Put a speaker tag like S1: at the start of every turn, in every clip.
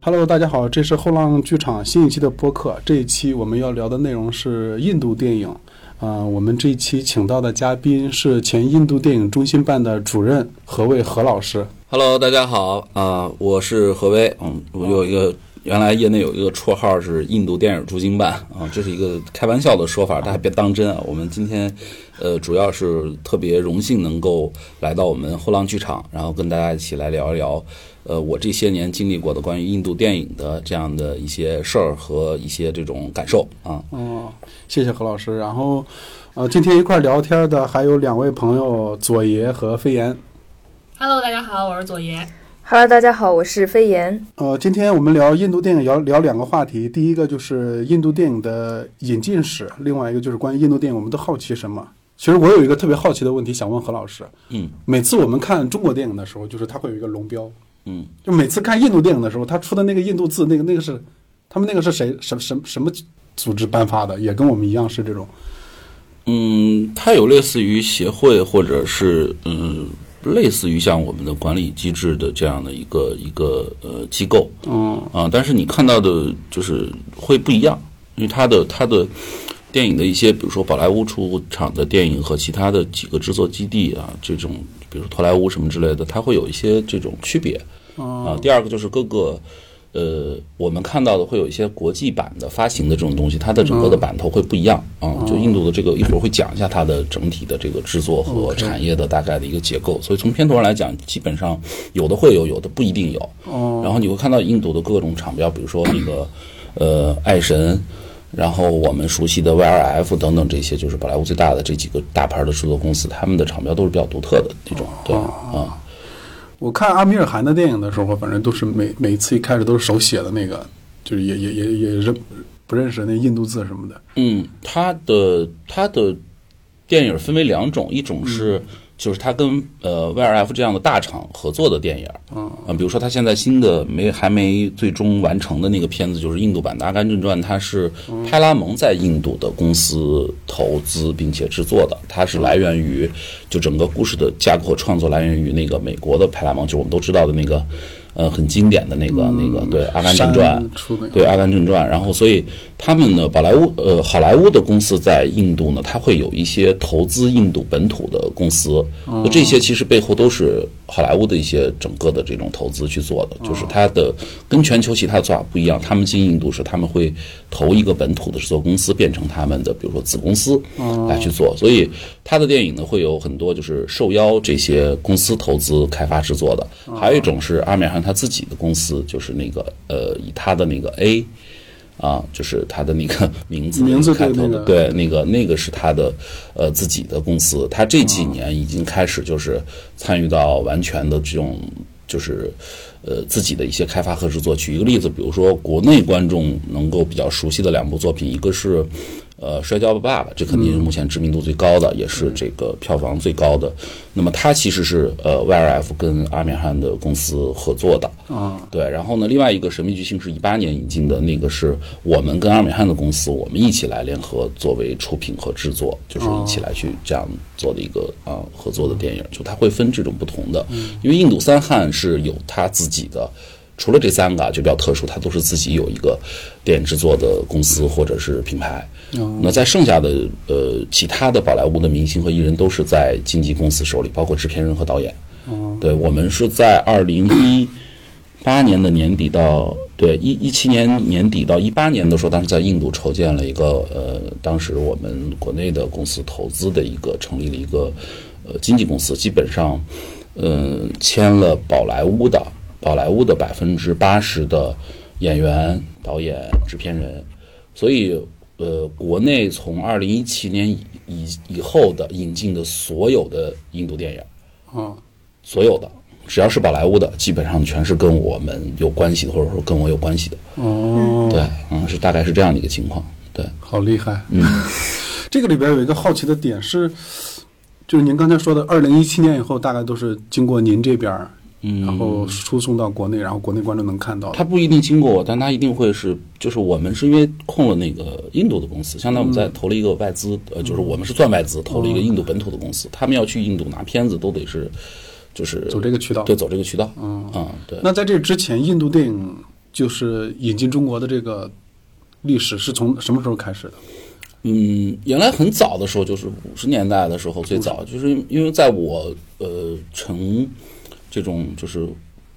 S1: Hello，大家好，这是后浪剧场新一期的播客。这一期我们要聊的内容是印度电影。啊、我们这一期请到的嘉宾是前印度电影中心办的主任何卫何老师。
S2: Hello，大家好啊、我是何威，嗯，我有一个原来业内有一个绰号是印度电影驻京办啊，这是一个开玩笑的说法，大家别当真啊。我们今天呃主要是特别荣幸能够来到我们后浪剧场，然后跟大家一起来聊一聊。呃，我这些年经历过的关于印度电影的这样的一些事儿和一些这种感受啊，
S1: 哦，谢谢何老师。然后，呃，今天一块儿聊天的还有两位朋友左爷和飞岩。
S3: Hello，大家好，我是左爷。
S4: Hello，大家好，我是飞岩。
S1: 呃，今天我们聊印度电影，聊聊两个话题。第一个就是印度电影的引进史，另外一个就是关于印度电影，我们都好奇什么？其实我有一个特别好奇的问题想问何老师。
S2: 嗯
S1: 每次我们看中国电影的时候，就是它会有一个龙标，
S2: 嗯，
S1: 就每次看印度电影的时候，它出的那个印度字，那个那个是他们那个是谁什什什么组织颁发的？也跟我们一样是这种
S2: 嗯，它有类似于协会或者是嗯，类似于像我们的管理机制的这样的一个一个呃机构，嗯啊，但是你看到的就是会不一样，因为它的它的电影的一些，比如说宝莱坞出厂的电影和其他的几个制作基地啊，这种比如说托莱坞什么之类的，它会有一些这种区别啊。第二个就是各个。呃，我们看到的会有一些国际版的发行的这种东西，它的整个的版头会不一样啊、就印度的这个一会儿会讲一下它的整体的这个制作和产业的大概的一个结构。所以从片头上来讲，基本上有的会有，有的不一定有。然后你会看到印度的各种厂标，比如说那个呃爱神，然后我们熟悉的 YRF 等等这些，就是宝莱坞最大的这几个大牌的制作公司，他们的厂标都是比较独特的这种，对啊。
S1: 我看阿米尔汗的电影的时候，反正都是每每次一开始都是手写的那个，就是也也也也认不认识那印度字什么的。
S2: 嗯，它的它的电影分为两种，一种是、就是它跟呃 YRF 这样的大厂合作的电影，嗯、比如说它现在新的没还没最终完成的那个片子，就是印度版的《阿甘正传》，它是派拉蒙在印度的公司投资并且制作的，它是来源于就整个故事的架构和创作来源于那个美国的派拉蒙，就是我们都知道的那个呃很经典的那个、那个对《阿甘正传》
S1: 山出那个
S2: 对《阿甘正传》，然后所以他们呢，宝莱坞呃好莱坞的公司在印度呢，它会有一些投资印度本土的公司，就这些其实背后都是好莱坞的一些整个的这种投资去做的，就是它的跟全球其他的做法不一样，他们进印度是他们会投一个本土的制作公司变成他们的比如说子公司来去做，所以他的电影呢会有很多就是受邀这些公司投资开发制作的，还有一种是阿米尔汗他自己的公司，就是那个呃以他的那个 A。啊，就是他的那个 名字，
S1: 名字
S2: 开头的，
S1: 对
S2: 对，那个那个是他的，呃，自己的公司。他这几年已经开始就是参与到完全的这种，就是呃自己的一些开发和制作。举一个例子，比如说国内观众能够比较熟悉的两部作品，一个是呃《摔跤吧爸爸》，这肯
S1: 嗯
S2: 定是目前知名度最高的，也是这个票房最高的。那么它其实是呃 YRF 跟阿米尔汗的公司合作的。
S1: 啊
S2: 对，然后呢，另外一个神秘巨星是一八年引进的，那个是我们跟阿美汉的公司，我们一起来联合作为出品和制作，就是一起来去这样做的一个啊、合作的电影，就它会分这种不同的，因为印度三汉是有它自己的。除了这三个啊，就比较特殊，它都是自己有一个电影制作的公司或者是品牌。那在剩下的呃其他的宝莱坞的明星和艺人都是在经纪公司手里，包括制片人和导演。对我们是在二零一八年的年底到对一一七年年底到一八年的时候，当时在印度筹建了一个呃，当时我们国内的公司投资的一个成立了一个呃经纪公司，基本上呃签了宝莱坞的宝莱坞的百分之八十的演员、导演、制片人，所以呃，国内从二零一七年以以以后的引进的所有的印度电影。
S1: 啊，
S2: 所有的，只要是宝莱坞的，基本上全是跟我们有关系的，或者说跟我有关系的。
S1: 哦，
S2: 对，嗯，是大概是这样的一个情况。对，
S1: 好厉害。嗯， 这个里边有一个好奇的点是，就是您刚才说的，二零一七年以后大概都是经过您这边儿，
S2: 嗯
S1: 然后输送到国内，然后国内观众能看到的。
S2: 它不一定经过我，但它一定会是，就是我们是因为控了那个印度的公司，相当于我们在投了一个外资，呃，就是我们是赚外资，投了一个印度本土的公司，他们要去印度拿片子都得是，就是
S1: 走这个渠道
S2: 对，走这个渠道。嗯，对。
S1: 那在这之前，印度电影就是引进中国的这个历史是从什么时候开始的？
S2: 嗯，原来很早的时候，就是五十年代的时候，最
S1: 嗯
S2: 早就是因为在我呃成这种就是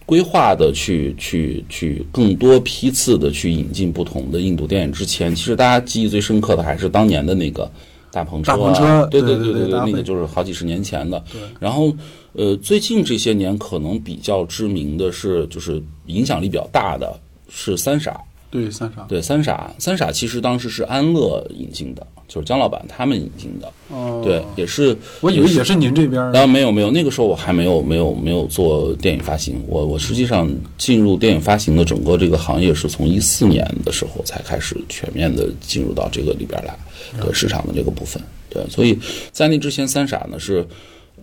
S2: 规划的去去去更多批次的去引进不同的印度电影之前，其实大家记忆最深刻的还是当年的那个大篷车、啊，
S1: 大篷车
S2: 对
S1: 对
S2: 对
S1: 对大
S2: 那个
S1: 篷
S2: 就是好几十年前的。
S1: 对
S2: 然后呃，最近这些年可能比较知名的是，就是影响力比较大的是三傻。
S1: 对，三傻。
S2: 对，三傻，三傻其实当时是安乐引进的，就是姜老板他们引进的，
S1: 哦，
S2: 对，，也是。
S1: 我以为也是您这边儿
S2: 然后没有没有，那个时候我还没有没有没有做电影发行，我我实际上进入电影发行的整个这个行业是从一四年的时候才开始全面的进入到这个里边来，对市场的这个部分，对，所以在那之前，三傻呢是。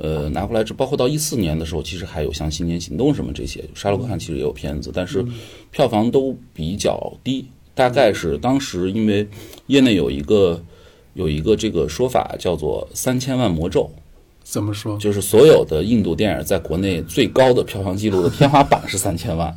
S2: 呃，拿过来之，包括到一四年的时候，其实还有像《新年行动》什么这些，沙洛克汗其实也有片子，但是票房都比较低，大概是当时因为业内有一个有一个这个说法叫做“三千万魔咒”，
S1: 怎么说？
S2: 就是所有的印度电影在国内最高的票房记录的天花板是三千万。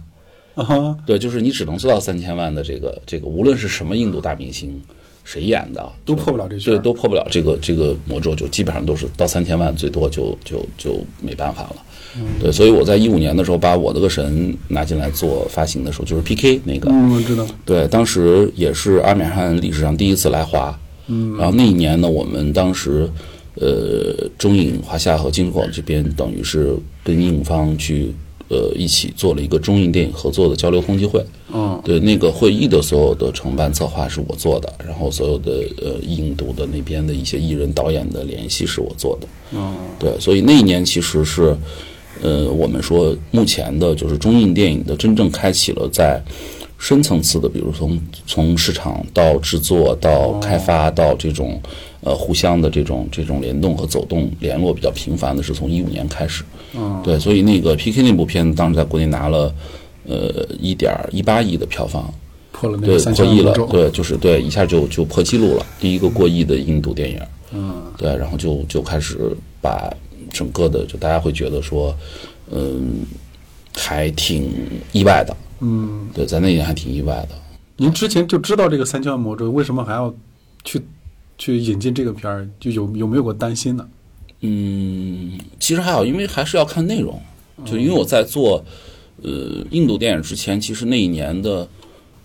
S1: 啊哈，
S2: 对，就是你只能做到三千万的这个这个，无论是什么印度大明星，谁演的
S1: 都破不了这圈
S2: 对，
S1: 儿。
S2: 都破不了这个这个魔咒，就基本上都是到三千万，最多就就就没办法了。
S1: 嗯
S2: 对，所以我在一五年的时候把我的个神拿进来做发行的时候，就是 PK 那个，
S1: 嗯，我知道。
S2: 对，当时也是阿米尔汗历史上第一次来华，嗯，然后那一年呢，我们当时，呃，中影、华夏和金口这边等于是跟印方去，呃，一起做了一个中印电影合作的交流通缉会，
S1: 嗯，
S2: 对，那个会议的所有的承办策划是我做的，然后所有的呃印度的那边的一些艺人导演的联系是我做的，
S1: 嗯，
S2: 对，所以那一年其实是，呃，我们说目前的就是中印电影的真正开启了在深层次的，比如从从市场到制作到开发到这种呃互相的这种这种联动和走动联络比较频繁的是从一五年开始。
S1: 嗯，
S2: 对，所以那个 PK 那部片子当时在国内拿了呃一点一八亿的票房，
S1: 破了那
S2: 对
S1: 个，三
S2: 破
S1: 千万
S2: 亿了
S1: 魔，咒。
S2: 对，就是对，一下就就破纪录了，第一个过亿的印度电影。
S1: 嗯，
S2: 对，然后就就开始把整个的，就大家会觉得说，嗯，还挺意外的，
S1: 嗯，
S2: 对，在那一年还挺意外的。
S1: 您之前就知道这个三千万魔咒，为什么还要去去引进这个片儿？就有有没有过担心呢？
S2: 嗯，其实还好，因为还是要看内容，就因为我在做呃印度电影之前，其实那一年的，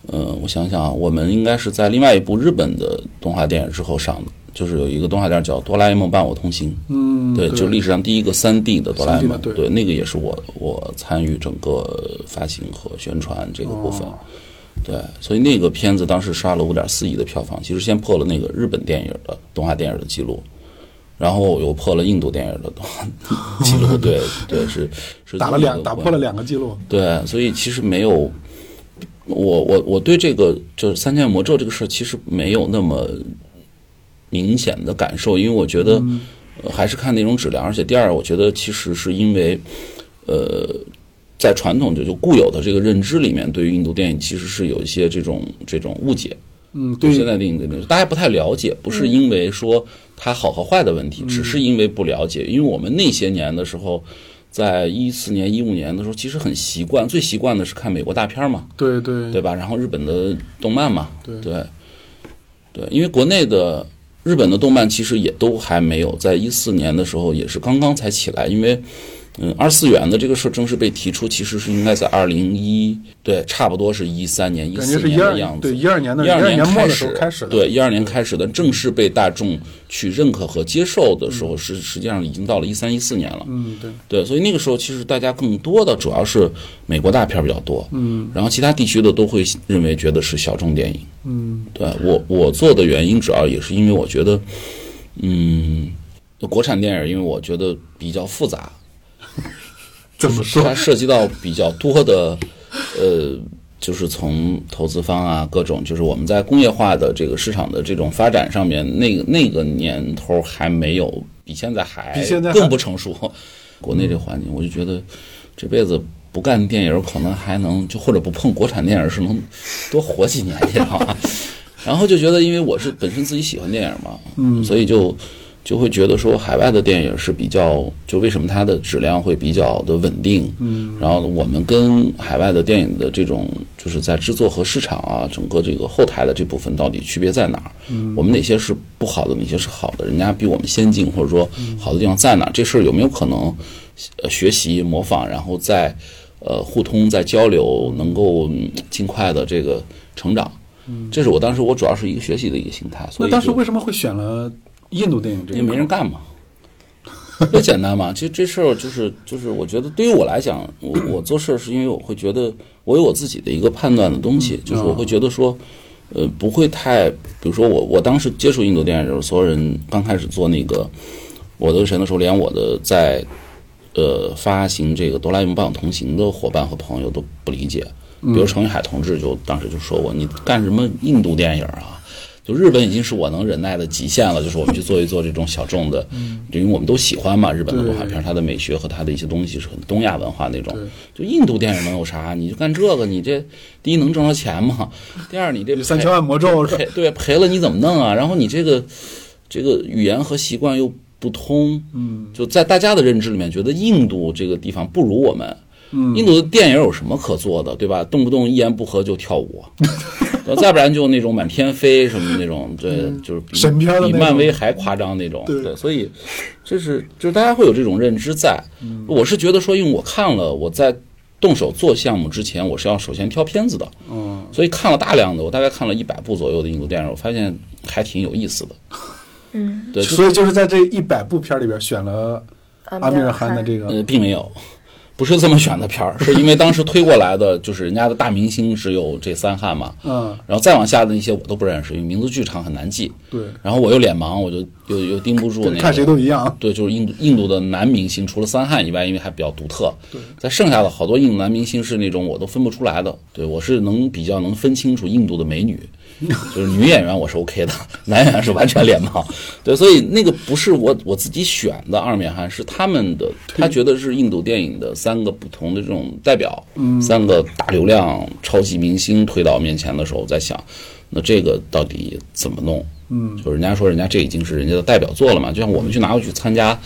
S2: 呃，我想想啊，我们应该是在另外一部日本的动画电影之后上的，就是有一个动画电影叫《哆啦 A 梦伴我同行》，
S1: 嗯，
S2: 对，就历史上第一个三 D 的哆啦 A
S1: 3D 的
S2: 梦，
S1: 对
S2: 那个也是我我参与整个发行和宣传这个部分，
S1: 哦
S2: 对，所以那个片子当时杀了五点四亿的票房，其实先破了那个日本电影的动画电影的记录，然后又破了印度电影的动画 记录，对对是是
S1: 打了
S2: 这么一
S1: 两
S2: 个
S1: 打
S2: 关
S1: 破了两个记录。
S2: 对，所以其实没有，我我我对这个就是三千魔咒这个事儿，其实没有那么明显的感受，因为我觉得呃还是看内容质量，而且第二，我觉得其实是因为呃。在传统就就固有的这个认知里面，对于印度电影其实是有一些这种这种误解。
S1: 嗯，
S2: 就现
S1: 对，
S2: 在的印度电影，大家不太了解，不是因为说它好和坏的问题，只是因为不了解。因为我们那些年的时候，在一四年、一五年的时候，其实很习惯，最习惯的是看美国大片嘛，
S1: 对对
S2: 对吧？然后日本的动漫嘛，
S1: 嗯对
S2: 对对，因为国内的日本的动漫其实也都还没有，在一四年的时候也是刚刚才起来，因为。嗯，二次元的这个事儿正式被提出，其实是应该在二零一对，差不多是一三年、一
S1: 感
S2: 四
S1: 觉是
S2: 年
S1: 一
S2: 的
S1: 二
S2: 样子。
S1: 对一二年的
S2: 一二
S1: 年末
S2: 开
S1: 的时
S2: 始
S1: 候开始的，嗯
S2: 对，一二年开始的正式被大众去认可和接受的时候，是实际上已经到了一三一四年了。
S1: 嗯对，
S2: 对，所以那个时候其实大家更多的主要是美国大片比较多，嗯，然后其他地区的都会认为觉得是小众电影。
S1: 嗯
S2: 对我我做的原因主要也是因为我觉得，嗯，国产电影因为我觉得比较复杂，
S1: 怎么说？
S2: 它涉及到比较多的，呃，就是从投资方啊，各种就是我们在工业化的这个市场的这种发展上面，那个那个年头还没有，比现在还
S1: 比现在还
S2: 更不成熟。国内这环境，我就觉得这辈子不干电影，可能还能就或者不碰国产电影是能多活几啊年，你知道吗？然后就觉得，因为我是本身自己喜欢电影嘛，嗯，所以就就会觉得说海外的电影是比较，就为什么它的质量会比较的稳定，嗯，然后我们跟海外的电影的这种就是在制作和市场啊，整个这个后台的这部分到底区别在哪儿？嗯，我们哪些是不好的，哪些是好的？人家比我们先进，或者说好的地方在哪儿？这事儿有没有可能呃学习模仿，然后再呃互通、再交流，能够嗯尽快的这个成长？嗯，这是我当时我主要是一个学习的一个心态，所
S1: 那
S2: 以
S1: 当时
S2: 就
S1: 为什么会选了印度电影这
S2: 因
S1: 一
S2: 为没
S1: 块？
S2: 人干嘛， 不简单嘛。其实这事儿就是就是，我觉得对于我来讲，我我做事儿是因为我会觉得我有我自己的一个判断的东
S1: 嗯
S2: 西，就是我会觉得说，呃，不会太，比如说我我当时接触印度电影的时候，所有人刚开始做那个我的神的时候，连我的在呃发行这个《哆啦 A 梦伴我同行》的伙伴和朋友都不理解。比如程玉海同志就当时就说过：“你干什么印度电影啊？就日本已经是我能忍耐的极限了，就是我们去做一做这种小众的，就因为我们都喜欢嘛，日本的动画片，它的美学和它的一些东西是很东亚文化那种。就印度电影能有啥？你就干这个，你这第一能挣着钱吗？第二你这
S1: 有三
S2: 赔
S1: 千万魔咒是吧
S2: 赔对赔了你怎么弄啊？然后你这个这个语言和习惯又不通，嗯，就在大家的认知里面，觉得印度这个地方不如我们。印度的电影有什么可做的，对吧？动不动一言不合就跳舞，然后再不然就那种满天飞什么那种，对，就是比
S1: 神片儿的
S2: 比
S1: 那种
S2: 漫威还夸张那种，
S1: 对
S2: 对，所以就是就是大家会有这种认知在。我是觉得说，因为我看了，我在动手做项目之前，我是要首先挑片子的，
S1: 嗯，
S2: 所以看了大量的，我大概看了一百部左右的印度电影，我发现还挺有意思的。嗯，对，
S1: 所以就是在这一百部片里边选了阿米尔汗的这个
S2: 呃，并没有，不是这么选的片儿，是因为当时推过来的，就是人家的大明星只有这三汉嘛，
S1: 嗯，
S2: 然后再往下的那些我都不认识，因为名字剧场很难记，
S1: 对，
S2: 然后我又脸盲，我就又又盯不住那个，
S1: 看谁都一样，
S2: 对，就是印度印度的男明星，除了三汉以外，因为还比较独特。对，在剩下的好多印度男明星是那种我都分不出来的。对我是能比较能分清楚印度的美女，就是女演员我是 OK 的，男演员是完全脸盲。对，所以那个不是我我自己选的二面汉，是他们的，他觉得是印度电影的三个不同的这种代表，三个大流量超级明星推到面前的时候，我在想，那这个到底怎么弄？嗯，就人家说人家这已经是人家的代表作了嘛，就像我们去拿过去参加，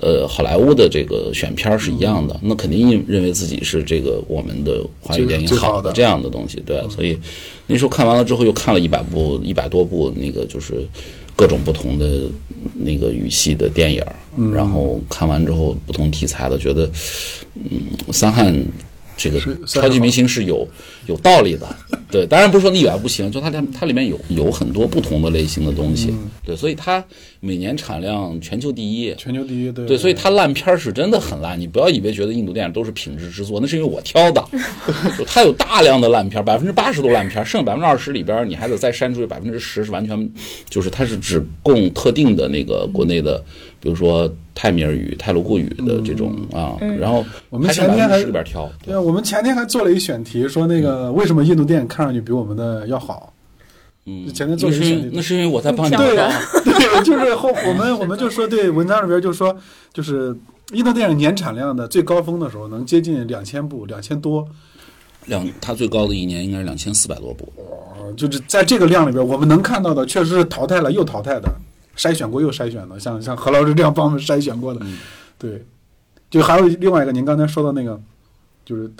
S2: 呃，好莱坞的这个选片儿是一样的，那肯定认为自己是这个我们的华语电影
S1: 嗯最最好
S2: 好
S1: 的嗯
S2: 的这样的东西，对，所以那时候看完了之后又看了一百部一百多部那个就是各种不同的那个语系的电影儿，
S1: 嗯
S2: 然后看完之后不同题材的觉得，嗯，三汉。这个
S1: 三汉
S2: 超级明星是有有道理的，对，当然不是说你远不行，就它里它里面有有很多不同的类型的东西，
S1: 嗯
S2: 对，所以它每年产量全球第一，
S1: 全球第一，对
S2: 对，所以它烂片儿是真的很烂，你不要以为觉得印度电影都是品质之作，那是因为我 挑的，就它有大量的烂片儿，百分之八十都烂片儿，剩百分之二十里边儿你还得再删除百分之十是完全，就是它是只供特定的那个国内的，比如说泰米尔语、泰卢库语的这种啊，然后
S1: 嗯我们
S2: 还剩
S1: 前
S2: 百
S1: 天
S2: 分
S1: 还
S2: 之十里边儿挑，
S1: 对啊，我们前天还做了一选题，说那个为什么印度电影看上去比我们的要好？
S2: 嗯，
S1: 前天做了一
S2: 那
S1: 个选
S2: 是因
S1: 题
S2: 为那是因为我在啊帮你
S1: 对啊
S2: 挑。
S1: 对， 就是后我们我们就说，对文章里边就说，就是印度电影年产量的最高峰的时候能接近两千部，两千多，
S2: 两，它最高的一年应该是两千四百多部。
S1: 呃就是在这个量里边，我们能看到的确实是淘汰了又淘汰的，筛选过又筛选的，像像何老师这样帮我们筛选过的，
S2: 嗯
S1: 对，就还有另外一个，您刚才说到那个，就是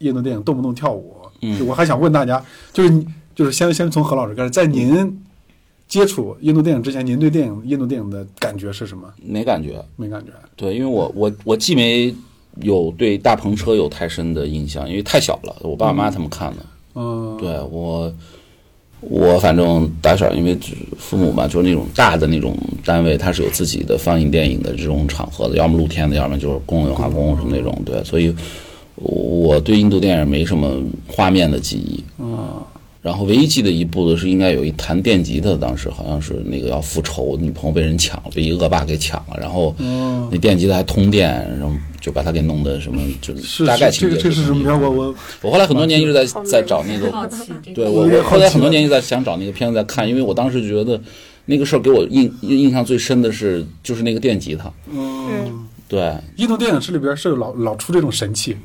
S1: 印度电影动不动跳舞，
S2: 嗯
S1: 就我还想问大家，就是你就是先先从何老师开始，在您接触印度电影之前，您对电影印度电影的感觉是什么？
S2: 没感觉，
S1: 没感觉，
S2: 对，因为我我我既没有对大篷车有太深的印象，因为太小了，我爸妈他们看的。
S1: 嗯，
S2: 对我，我反正打小因为只父母嘛，就是那种大的那种单位，它是有自己的放映电影的这种场合的，要么露天的，要么就是公共文化宫什么那种。对，所以我对印度电影没什么画面的记忆。
S1: 嗯，
S2: 然后唯一记得一部的是，应该有一弹电吉他的，当时好像是那个要复仇，女朋友被人抢了，被一个恶霸给抢了，然后
S1: 嗯
S2: 那电吉他还通电，然后就把他给弄的什么，就是
S1: 是
S2: 大概
S1: 是
S2: 情
S1: 这
S2: 节
S1: 个这
S2: 是
S1: 是
S2: 什
S1: 什么
S2: 么
S1: 片？
S2: 样。
S1: 我我
S2: 我后来很多年一直在在找那个
S3: 好奇这
S2: 对
S3: 个。
S2: 我，
S1: 我也
S2: 我
S1: 好
S2: 后来
S1: 奇
S2: 很多
S1: 了
S2: 年就在想找那个片子在看，因为我当时觉得那个事儿给我印印印象最深的是就是那个电吉他，
S1: 嗯，
S2: 对
S1: 印度电影史里边是老老出这种神器，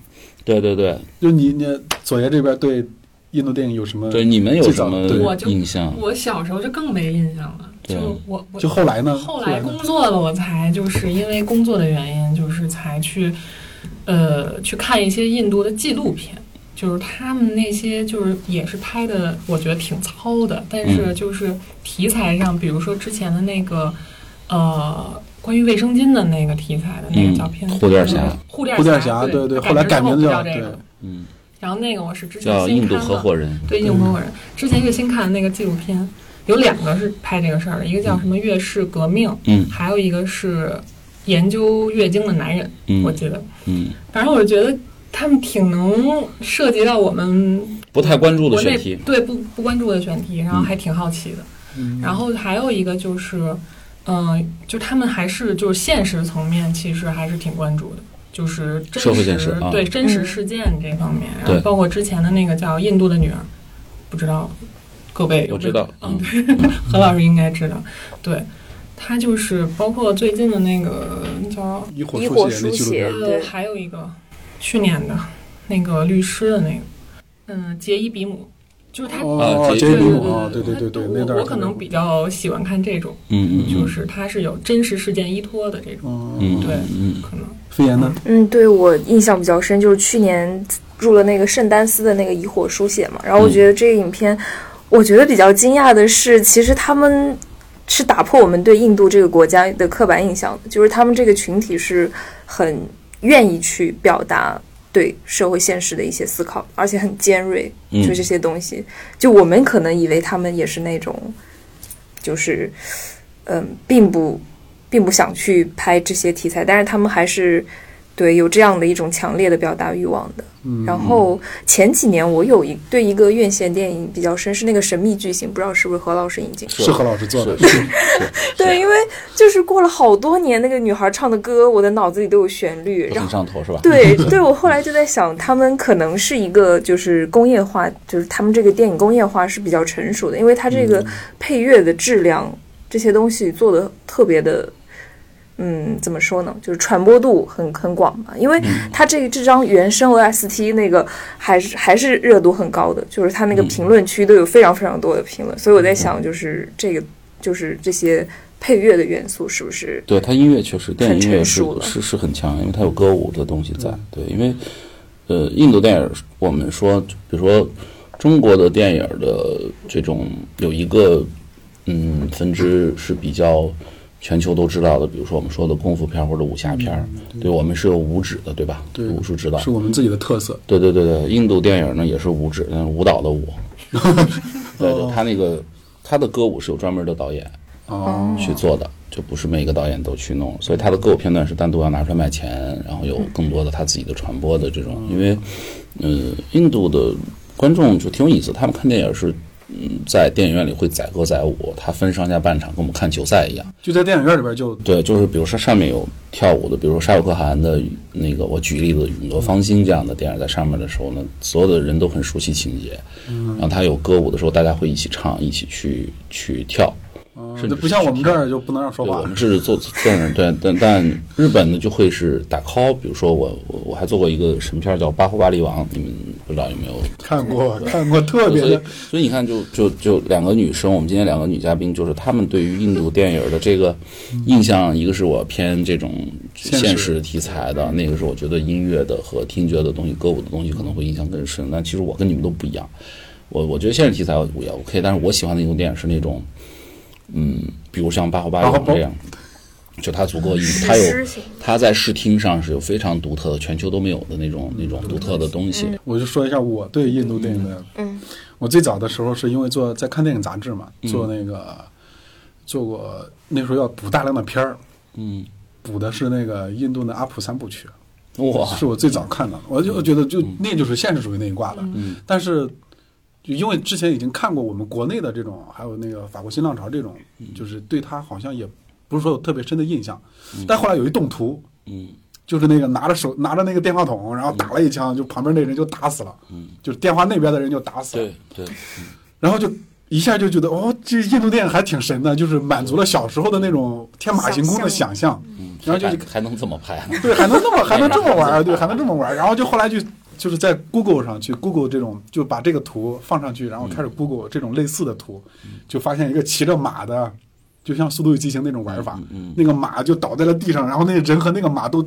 S2: 对对对
S1: 就你你左爷这边对印度电影有什么？
S2: 对，你们有
S1: 嗯最
S2: 什
S1: 早
S2: 么
S1: 对
S3: 我就
S2: 印象？
S3: 我小时候就更没印象了，
S2: 对
S3: 就我我
S1: 就后来呢？
S3: 后来工作了，我才就是因为工作的原因，就是才去呃去看一些印度的纪录片，就是他们那些就是也是拍的，我觉得挺糙的，但是就是题材上，比如说之前的那个呃。关于卫生巾的那个题材的那个叫片子，
S2: 嗯护垫侠
S3: 就是护
S1: 护
S3: 垫
S1: 垫侠对对
S3: 对，
S1: 后来改名字
S3: 叫
S1: 叫
S3: 这个
S1: 对，
S2: 嗯，
S3: 然后那个我是之前
S2: 叫
S3: 先
S2: 印度
S3: 看
S2: 合
S3: 了
S2: 伙人，
S3: 对，印度合伙人。之前是新看的那个纪录片，有两个是拍这个事儿的，一个叫什么《月氏革命》，
S2: 嗯
S3: 还有一个是研究月经的男人，我
S2: 嗯
S3: 记得。
S2: 嗯，
S3: 反正我觉得他们挺能涉及到我们
S2: 不太关注的
S3: 国
S2: 选
S3: 内
S2: 题，
S3: 对不不关注的选题，然后还挺好奇的。
S1: 嗯
S3: 然后还有一个就是，嗯、就他们还是就是现实层面，其实还是挺关注的，就是真
S2: 社会
S3: 实
S2: 现实啊
S3: 对真实事件这方面，然
S2: 对
S3: 后包括之前的那个叫《印度的女儿》，不知道各位有
S2: 我
S3: 没有
S2: 知道，
S3: 嗯
S2: 嗯，
S3: 何老师应该知道，对。他就是包括最近的那个叫
S1: 一
S4: 一
S1: 伙
S4: 伙
S1: 书写
S4: 书
S1: 那纪录片
S4: 写
S1: 儿，
S3: 呃
S4: 对，
S3: 还有一个去年的那个律师的那个，嗯，杰伊比姆，就是他
S1: 哦，
S2: 啊
S1: 杰
S2: 杰
S1: 伊
S2: 伊
S1: 比
S2: 比
S1: 姆
S2: 姆
S1: 啊，
S3: 对
S1: 对对对，
S3: 我
S1: 那段儿
S3: 我可能比较喜欢看这种，
S2: 嗯嗯，
S3: 就是它是有真实事件依托的这种，
S1: 嗯
S2: 嗯
S3: 对
S2: 嗯
S3: 可能
S1: 肺炎呢？
S4: 嗯，对我印象比较深，就是去年入了那个圣丹斯的那个疑火书写嘛，然后我觉得这个影片，我觉得比较惊讶的是，其实他们是打破我们对印度这个国家的刻板印象的，就是他们这个群体是很愿意去表达。对社会现实的一些思考，而且很尖锐，
S2: 嗯
S4: 就这些东西，就我们可能以为他们也是那种，就是，嗯，并不，并不想去拍这些题材，但是他们还是对有这样的一种强烈的表达欲望的。
S1: 嗯，
S4: 然后前几年我有一对一个院线电影比较深，是那个《神秘巨星》，不知道是不是何老师引进？
S1: 是何老师做的，
S2: 是
S4: 对，因为就是过了好多年，那个女孩唱的歌，我的脑子里都有旋律，
S1: 嗯
S2: 不
S4: 然后
S2: 很。上头是 吧？
S4: 对对，我后来就在想，他们可能是一个就是工业化，就是他们这个电影工业化是比较成熟的，因为它这
S2: 嗯
S4: 个配乐的质量、这些东西做的特别的。嗯，怎么说呢？就是传播度很很广嘛，因为
S2: 嗯
S4: 它这个这张原声 OST 那个还是还是热度很高的，就是它那个
S2: 嗯
S4: 评论区都有非常非常多的评论，所以我在想，就是这个就是这些配乐的元素是不是
S2: 对他音乐确实，电影音乐
S4: 成
S2: 是
S4: 熟了
S2: 是是很强，因为它有歌舞的东西在。对，因为呃，印度电影我们说，比如说中国的电影的这种有一个嗯分支是比较全球都知道的，比如说我们说的功夫片儿或者武侠片儿，
S4: 嗯
S2: 对我们是有武指的，对吧？
S1: 对
S2: 武术指导
S1: 是我们自己的特色。
S2: 对对对对，印度电影呢也是舞指，但是舞蹈的 舞。对
S4: 哦
S2: 对，他那个他的歌舞是有专门的导演
S3: 嗯
S1: 哦，
S2: 去做的，就不是每个导演都去弄，所以他的歌舞片段是单独要拿出来卖钱，然后有更多的他自己的传播的这种，因为呃，印度的观众就挺有意思，他们看电影是。嗯，在电影院里会载歌载舞，他分上下半场，跟我们看球赛一样。
S1: 就在电影院里边就
S2: 对，就是比如说上面有跳舞的，比如说沙鲁克汗的那个，我举例子，《雨落芳心》这样的电影在上面的时候呢，所有的人都很熟悉情节，
S1: 嗯
S2: 然后他有歌舞的时候，大家会一起唱，一起去去跳。
S1: 嗯
S2: 甚至
S1: 不像我们这儿就不能让说
S2: 对，我
S1: 话
S2: 们，是做电影，对，但但日本呢就会是打 call，比如说我我我还做过一个什么片儿叫《巴霍巴利王》，你们不知道有没有
S1: 看过看过，特别
S2: 所以
S1: 的，
S2: 所以你看就，就就两个女生，我们今天两个女嘉宾，就是她们对于印度电影的这个印象，一个是我偏这种
S1: 现实
S2: 现实题材的，那个是我觉得音乐的和听觉的东西、歌舞的东西可能会印象更深。但其实我跟你们都不一样，我我觉得现实题材我也 OK，但是我喜欢的印度电影是那种，嗯，比如像《巴霍巴利
S1: 巴
S2: 王
S1: 霍》巴
S2: 这样，就它足够印度，它有它在视听上是有非常独特的，全球都没有的那种那种独特的东西。
S1: 我就说一下我对印度电影的。
S4: 嗯，
S1: 我最早的时候是因为做在看电影杂志嘛，做那个做过那时候要补大量的片儿，
S2: 嗯，
S1: 补的是那个印度的阿普三部曲，
S2: 哇，
S1: 是我最早看的，我就觉得就那就是现实主义那一挂的。
S2: 嗯
S1: 但是就因为之前已经看过我们国内的这种，还有那个法国新浪潮这种，
S2: 嗯
S1: 就是对他好像也不是说有特别深的印象。但后来有一动图，
S2: 嗯。
S1: 就是那个拿着手拿着那个电话筒，然后打了一枪，就旁边那人就打死了，就是电话那边的人就打死了
S2: 嗯对。对，
S1: 然后就一下就觉得哦，这印度电影还挺神的，就是满足了小时候的那种天马行空的想象，然后就
S2: 还还能这么拍啊？
S1: 对，还能这么还能这么玩 儿，对，还能这么玩儿。然后就后来就就是在 Google 上去 Google 这种，就把这
S2: 嗯
S1: 个图放上去，然后开始 Google 这种类似的图，就发现一个骑着马的就像《速度与激情》那种玩法，
S2: 嗯
S1: 那个马就倒在了地上，然后那个人和那个马都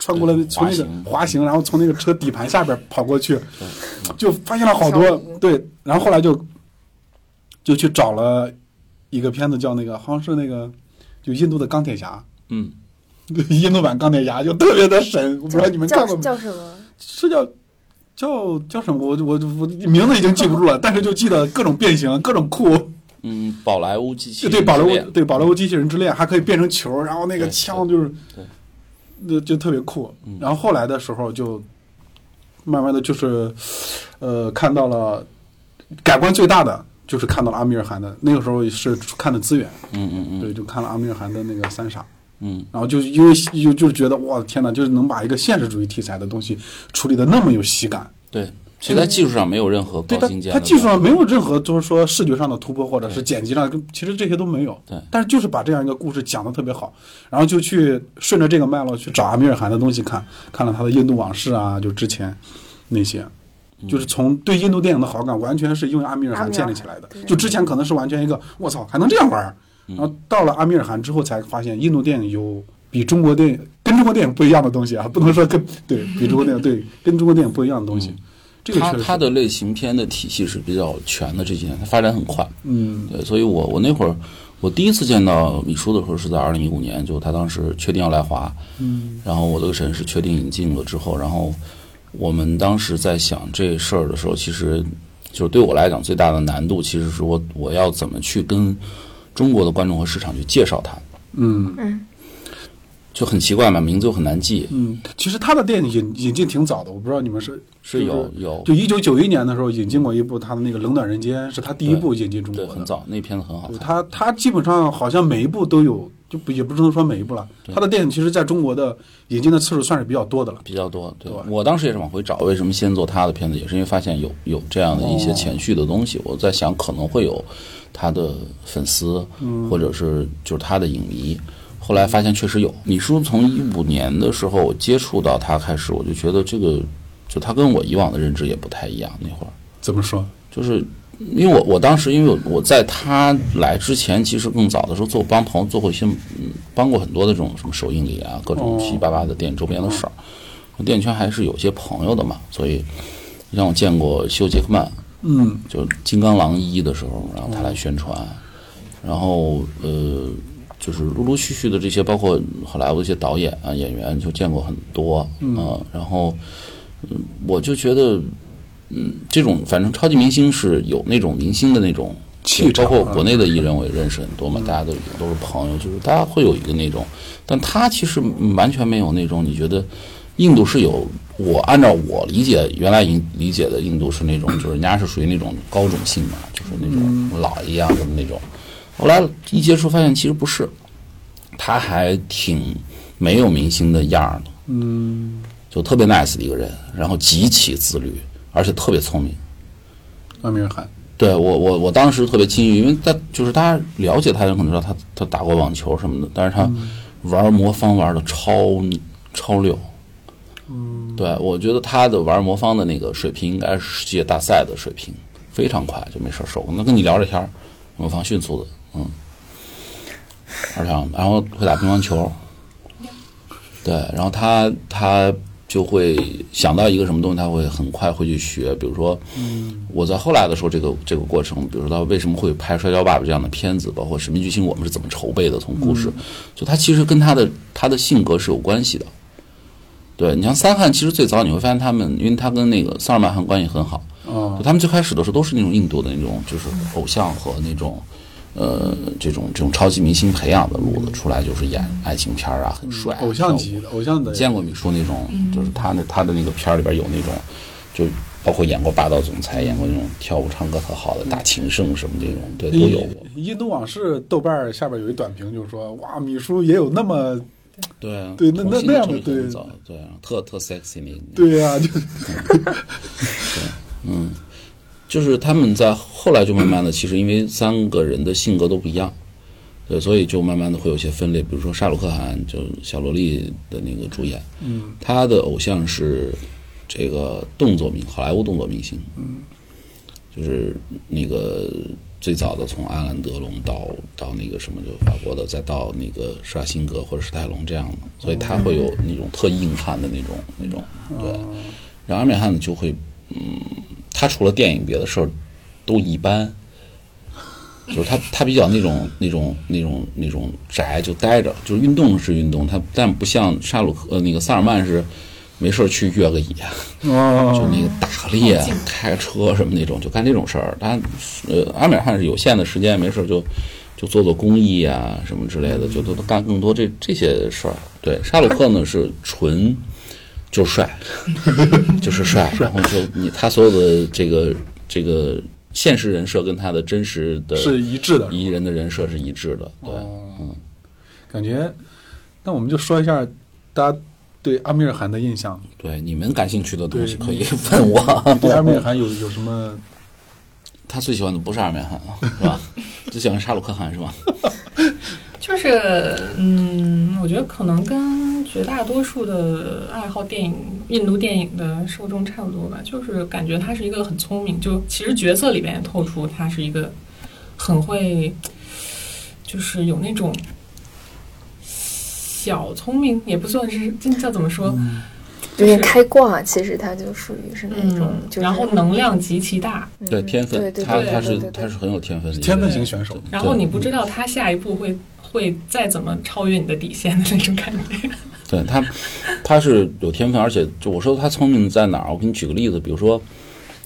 S1: 穿过了
S2: 对
S1: 从那个
S2: 滑行
S1: 滑行，然后从那个车底盘下边跑过去，就发现了好多
S4: 小鱼
S1: 对，然后后来就就去找了一个片子叫那个好像是那个就印度的钢铁侠，
S2: 嗯，
S1: 印度版钢铁侠就特别的神，我不知道你们看
S4: 叫
S1: 过没？
S4: 叫什么？
S1: 是叫叫叫什么？我我我名字已经记不住了，但是就记得各种变形，各种酷。
S2: 嗯，宝莱坞机器
S1: 对对，
S2: 人
S1: 宝莱
S2: 之恋
S1: 坞对宝莱坞机器人之恋还可以变成球，然后那个
S2: 对
S1: 枪就是，
S2: 对嗯
S1: 那就特别酷。然后后来的时候就慢慢的就是，呃，看到了改观最大的就是看到了阿米尔汗的，那个时候是看的资源，
S2: 嗯嗯嗯
S1: 对，就看了阿米尔汗的那个三傻。
S2: 嗯，
S1: 然后就因为就就觉得哇天哪，就是能把一个现实主义题材的东西处理的那么有喜感，
S2: 对，其实在技术上没有任何
S1: 对它
S2: 高精尖
S1: 它
S2: 的
S1: 技术上没有任何就是说视觉上的突破或者是剪辑上，其实这些都没有。
S2: 对
S1: 但是就是把这样一个故事讲的特别好，然后就去顺着这个脉络去找阿米尔汗的东西看，看了他的印度往事啊，就之前那些。
S2: 嗯
S1: 就是从对印度电影的好感，完全是因为阿米尔汗建立起来的
S4: 阿米尔汗。对
S1: 就之前可能是完全一个，我操，还能这样玩儿。
S2: 嗯
S1: 然后到了阿米尔汗之后，才发现印度电影有比中国电影跟中国电影不一样的东西啊，不能说跟对比中国电影对跟中国电影不一样的东
S2: 嗯
S1: 西。这个
S2: 它
S1: 确实
S2: 它的类型片的体系是比较全的，这几年它发展很快。
S1: 嗯，
S2: 对，所以我我那会儿我第一次见到米叔的时候是在二零一五年，就他当时确定要来华，嗯，然后我这个城市确定引进了之后，然后我们当时在想这事儿的时候，其实就是对我来讲最大的难度，其实是我我要怎么去跟中国的观众和市场去介绍它，
S1: 嗯
S2: 就很奇怪嘛，名字又很难记，
S1: 嗯，其实他的电影引引进挺早的，我不知道你们是
S2: 是有
S1: 就
S2: 有
S1: 就一九九一年的时候引进过一部他的那个《冷暖人间》，是他第一部引进中国
S2: 对
S1: 的。
S2: 很早，那片子很好
S1: 对
S2: 看，
S1: 他他基本上好像每一部都有，就不也不能说每一部了。他的电影其实在中国的引进的次数算是比较多的了。
S2: 比较多，对
S1: 对
S2: 我当时也是往回找，为什么先做他的片子，也是因为发现有有这样的一些前序的东西，我在想可能会有他的粉丝，或者是就是他的影迷。后来发现确实有，米叔从一五年的时候我接触到他开始，我就觉得这个就他跟我以往的认知也不太一样。那会儿
S1: 怎么说？
S2: 就是因为我我当时因为我我在他来之前，其实更早的时候做帮朋友做过一些嗯帮过很多的这种什么首映礼啊，各种
S1: 哦
S2: 七七八八的电影周边的事儿。我电影圈还是有些朋友的嘛，所以让我见过休·杰克曼，
S1: 嗯，
S2: 就《金刚狼一》的时候，然后他来宣传，然后呃，就是陆陆续续的这些，包括好莱坞的一些导演啊、演员，就见过很多啊、然后、嗯我就觉得，嗯，这种反正超级明星是有那种明星的那种
S1: 气场
S2: 包
S1: 啊
S2: 括国内的艺人我也认识很多嘛，大家都都是朋友，就是大家会有一个那种，但他其实嗯完全没有那种你觉得。印度是有我按照我理解原来印理解的印度是那种，就是人家是属于那种高种姓嘛，就是那种老一样的那种。后来一接触发现其实不是，他还挺没有明星的样儿的，嗯，就特别 nice 的一个人，然后极其自律，而且特别聪明。
S1: 阿米尔汗，
S2: 对我我我当时特别惊异，因为他就是大家了解他的人可能知道他他打过网球什么的，但是他玩魔方玩的超超溜。嗯，对我觉得他的玩魔方的那个水平应该是世界大赛的水平，非常快，就没事儿手工。那跟你聊着天儿，魔方迅速的，嗯，而且然后会打乒乓球， 对，然后他他就会想到一个什么东西，他会很快会去学，比如说。我在后来的时候，这个这个过程，比如说他为什么会拍《摔跤爸爸》这样的片子，包括《神秘巨星》，我们是怎么筹备的，从故事，
S1: 嗯
S2: 就他其实跟他的他的性格是有关系的。对你像三汉，其实最早你会发现他们，因为他跟那个萨尔曼汗关系很好，
S1: 哦
S2: 就他们最开始的时候都是那种印度的那种，就是偶像和那种，呃，这种这种超级明星培养的路子出来，就是演爱情片儿啊，很帅啊、
S1: 嗯偶像级的，偶像的，
S2: 见过米叔那种，就是他那他的那个片儿里边有那种，就包括演过霸道总裁，演过那种跳舞唱歌特好的大情圣什么这种，对，
S1: 嗯
S2: 都有过。
S1: 印印度往事豆瓣儿下边有一短评，就是说哇，米叔也有那么
S2: 对啊
S1: 对那那那样的
S2: 的
S1: 对
S2: 早，对，啊特特 sexy 那个
S1: 对呀、就
S2: 就是他们在后来就慢慢的，其实因为三个人的性格都不一样，对，所以就慢慢的会有一些分裂。比如说沙鲁克汗，就小萝莉的那个主演，嗯，他的偶像是这个动作明好莱坞动作明星，嗯，就是那个最早的从阿兰德龙到到那个什么，就法国的，再到那个施瓦辛格或者史泰龙这样的，所以他会有那种特硬汉的那种那种对。然后阿米尔汗呢就会，嗯，他除了电影别的事儿都一般，就是他他比较那种那种那种那种宅就待着，就是运动是运动，他但不像沙鲁克呃那个萨尔曼是没事儿去越个野。就
S1: 哦，
S2: 那个打猎、开车什么那种，就干这种事儿。他呃，阿米尔汗是有限的时间，没事儿就就做做公益啊什么之类的，就都都干更多这这些事儿。对，沙鲁克呢是纯就是帅， 就是帅，然后就你他所有的这个这个现实人设跟他的真实的
S1: 是哦一致的，
S2: 艺人的人设是一致的，对。
S1: 感觉。那我们就说一下大家对阿米尔汗的印 象。
S2: 对，你们感兴趣的东西
S1: 对
S2: 可以问我。
S1: 对阿米尔汗有有什么？
S2: 他最喜欢的不是阿米尔汗啊，是吧？最喜欢沙鲁克汗是吧？
S3: 就是，嗯，我觉得可能跟绝大多数的爱好电影、印度电影的受众差不多吧。就是感觉他是一个很聪明，就其实角色里边也透出他是一个很会，就是有那种小聪明，也不算是这叫怎么说，
S4: 有
S3: 就是嗯
S4: 点开挂，其实他就属于是那种，嗯就是
S3: 然后能量极其大，
S4: 嗯
S2: 对天分
S4: 对，对
S2: 他
S4: 对
S2: 他
S4: 对
S2: 是
S4: 对对
S2: 他是很有天分的一个
S1: 天
S2: 人，
S1: 分型选手，
S3: 然后你不知道他下一步会会再怎么超越你的底线的那种感觉。
S2: 对他他是 有天分，而且就我说他聪明在哪儿，我给你举个例子，比如说《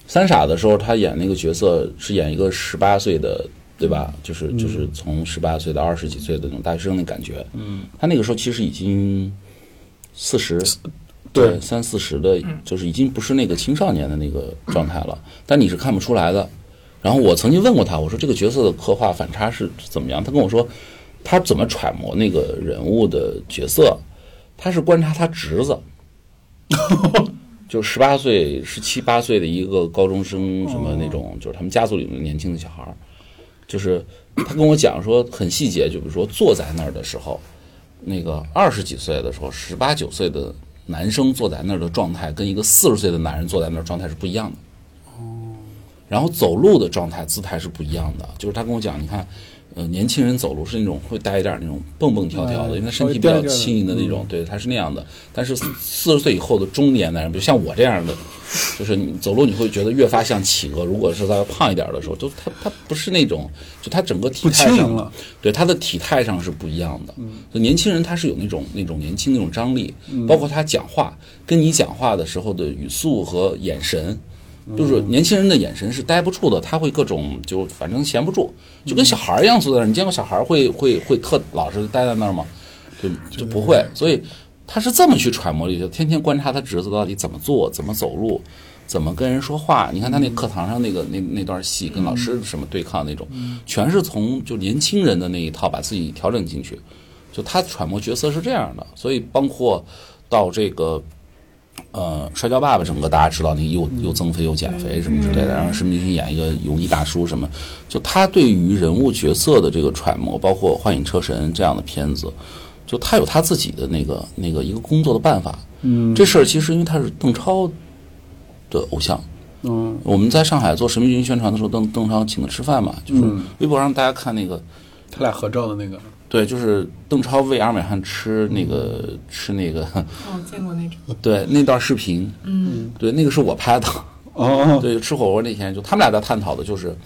S2: 三傻》的时候，他演那个角色是演一个十八岁的，对
S4: 嗯
S2: 吧？就是就是从十八岁到二十几岁的那种大学生的感觉，嗯，他那个时候其实已经四十。
S1: 对
S2: 三四十的，就是已经不是那个青少年的那个状态了，但你是看不出来的。然后我曾经问过他，我说这个角色的刻画反差是怎么样？他跟我说，他怎么揣摩那个人物的角色？他是观察他侄子，就十八岁、十七八岁的一个高中
S1: 哦
S2: 生，什么那种，就是他们家族里面年轻的小孩儿，就是他跟我讲说很细节，就比如说坐在那儿的时候，那个二十几岁的时候，十八九岁的男生坐在那儿的状态，跟一个四十岁的男人坐在那儿状态是不一样的。
S1: 哦
S2: 然后走路的状态、姿态是不一样的。就是他跟我讲，你看，呃，年轻人走路是那种会带一点那种蹦蹦跳跳的，
S1: 哎
S2: 因为他身体比
S1: 稍微颠一
S2: 较
S1: 颠的
S2: 轻盈的那
S1: 嗯
S2: 种，对，他是那样的。但是四十岁以后的中年男人，比如像我这样的，就是你走路你会觉得越发像企鹅。如果是他胖一点的时候，就他他不是那种，就他整个体
S1: 不
S2: 态
S1: 轻
S2: 上
S1: 盈了，嗯
S2: 对他的体态上是不一样的。就年轻人他是有那种那种年轻那种张力，包括他讲话跟你讲话的时候的语速和眼神，
S1: 嗯
S2: 就是年轻人的眼神是待不住的，他会各种就反正闲不住，就跟小孩儿一样坐在那儿。你见过小孩儿会会会特老实地待在那儿吗？就就不会，所以他是这么去揣摩这些，天天观察他侄子到底怎么做、怎么走路、怎么跟人说话。你看他那课堂上那个那那段戏，跟老师什么对抗那种，全是从就年轻人的那一套把自己调整进去。就他揣摩角色是这样的，所以包括到这个。呃，摔跤爸爸整个大家知道，那个又又增肥又减肥什么之类的，然后申明星演一个油腻大叔什么，就他对于人物角色的这个揣摩，包括《幻影车神》这样的片子，就他有他自己的那个那个一个工作的办法。嗯，这事儿其实因为他是邓超的偶像，
S1: 嗯，
S2: 我们在上海做《神秘军》宣传的时候，邓邓超请他吃饭嘛，就是微博上大家看那个，
S1: 他俩合照的那个，
S2: 对，就是邓超喂阿美汉吃那个、吃那个，
S3: 哦，见过那种。
S2: 对那段视频，嗯，对，那个是我拍的，
S1: 哦，
S2: 对，吃火锅那天就他们俩在探讨的就是，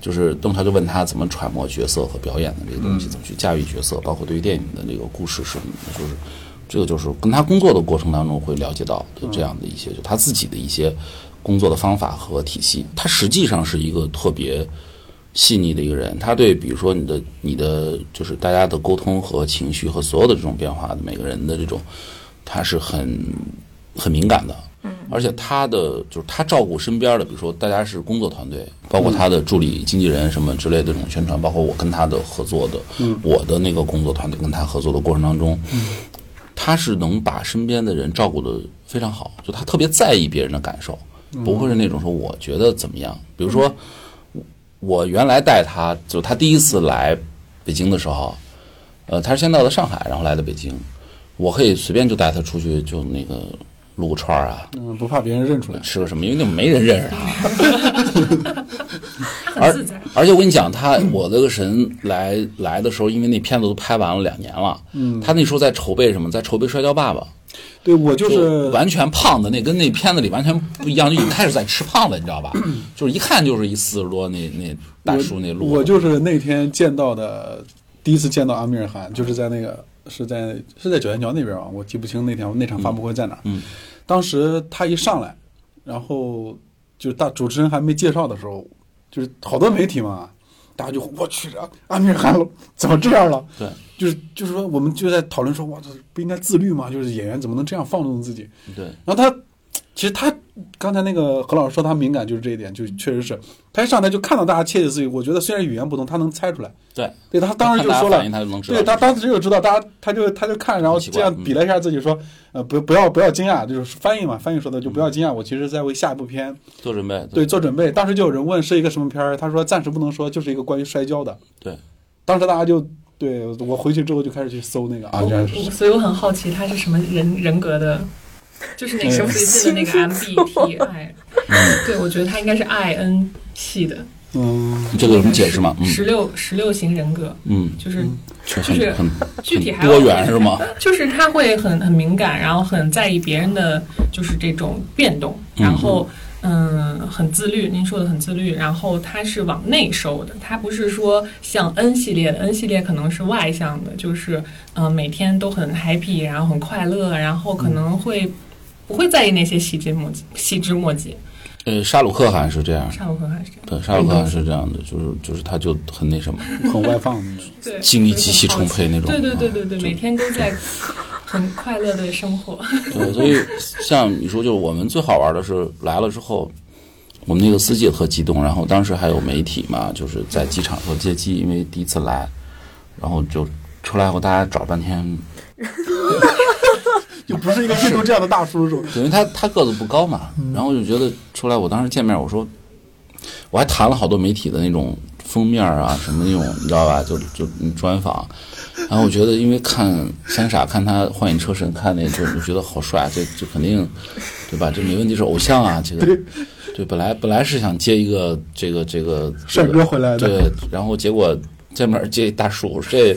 S2: 就是邓超就问他怎么揣摩角色和表演的这个东西，怎么去驾驭角色，包括对于电影的这个故事什么的，就是这个就是跟他工作的过程当中会了解到的这样的一些，就他自己的一些工作的方法和体系。他实际上是一个特别。细腻的一个人，他对比如说你的、你的就是大家的沟通和情绪和所有的这种变化的每个人的这种，他是很很敏感的。嗯，而且他的就是他照顾身边的，比如说大家是工作团队，包括他的助理、经纪人什么之类的这种宣传，包括我跟他的合作的，我的那个工作团队跟他合作的过程当中，他是能把身边的人照顾的非常好，就他特别在意别人的感受，不会是那种说我觉得怎么样。比如说，我我原来带他，就他第一次来北京的时候，呃，他是先到的上海，然后来的北京，我可以随便就带他出去，就那个撸个串儿啊，
S1: 嗯，不怕别人认出来。
S2: 吃个什么，因为那没人认识他。
S3: 他很
S2: 而啊
S3: 自在。
S2: 而且我跟你讲，他
S1: 嗯
S2: 我的个神来来的时候，因为那片子都拍完了两年了，嗯，他那时候在筹备什么，在筹备《摔跤爸爸》，
S1: 对我就是
S2: 完全胖的那跟那片子里完全不一样，就一开始在吃胖了，你知道吧？就是一看就是一四十多那那大叔那路，啊
S1: 我就是那天见到的，第一次见到阿米尔汗，就是在那个是在是在九元桥那边啊，我记不清那天那场发布会在哪儿。
S2: 嗯
S1: 当时他一上来，然后就是大主持人还没介绍的时候，就是好多媒体嘛，大家就我去这阿米尔汗了，怎么这样了？
S2: 对，
S1: 就是就是说我们就在讨论说，哇，这不应该自律吗？就是演员怎么能这样放纵自己？
S2: 对
S1: 然后他其实他刚才那个何老师说他敏感就是这一点，就确实是他一上台就看到大家窃窃私语。我觉得虽然语言不通，他能猜出来。
S2: 对，
S1: 对他当时就说
S2: 看大家
S1: 了
S2: 反应，他就能知道
S1: 对他当时就知道，大家他就他就看，然后
S2: 奇
S1: 这
S2: 怪
S1: 样比了一下自己说，呃，不不要不要惊讶，就是翻译嘛，翻译说的就不要惊讶。我其实在为下一部片
S2: 做准备，
S1: 对做准备。当时就有人问是一个什么片儿，他说暂时不能说，就是一个关于摔跤的。
S2: 对，
S1: 当时大家就对我回去之后就开始去搜那个啊，
S3: 我
S1: 原来是
S3: 我所以我很好奇他是什么人人格的，就是那
S1: 什
S3: 个
S1: 么
S3: 最近的那 个 MBTI，对我觉得他应该是 IN 系的，
S1: 嗯，
S2: 这个有什么解释吗？嗯
S3: 十六十六型人格，
S2: 嗯，
S3: 就是
S2: 确实
S3: 就是
S2: 很
S3: 具体
S2: 很
S3: 还要
S2: 多元是吗？
S3: 就是他会很很敏感，然后很在意别人的就是这种变动，
S2: 嗯
S3: 然后嗯很自律。您说的很自律，然后他是往内收的，他不是说像 N 系列的，N 系列可能是外向的，就是嗯、呃每天都很 happy，然后很快乐，然后
S2: 嗯
S3: 可能会不会在意那些细枝末节、细枝末节。
S2: 呃，沙鲁克好像是这样，
S3: 上午课还是这样，
S2: 对，沙鲁克好像是这样的，就是就是他就很那什么，
S1: 很外放。
S3: 对，
S2: 精力极其充沛那种
S3: 对对对
S2: 嗯
S3: 对对，每天都在很快乐的生活。
S2: 对，所以像你说，就是我们最好玩的是来了之后，我们那个司机也特激动，然后当时还有媒体嘛，就是在机场和接机，因为第一次来，然后就出来后大家找半天，
S1: 就不是一个印度这样的大叔叔，
S2: 因为他他个子不高嘛，
S1: 嗯
S2: 然后就觉得出来，我当时见面我说，我还谈了好多媒体的那种封面啊，什么那种你知道吧，就就专访，然后我觉得因为看三傻，看他幻影车神，看那就就觉得好帅，这这肯定对吧？这没问题是偶像啊，这个对，本来本来是想接一个这个这个这
S1: 帅
S2: 个
S1: 哥回来的，
S2: 对，然后结果这面接一大叔， 这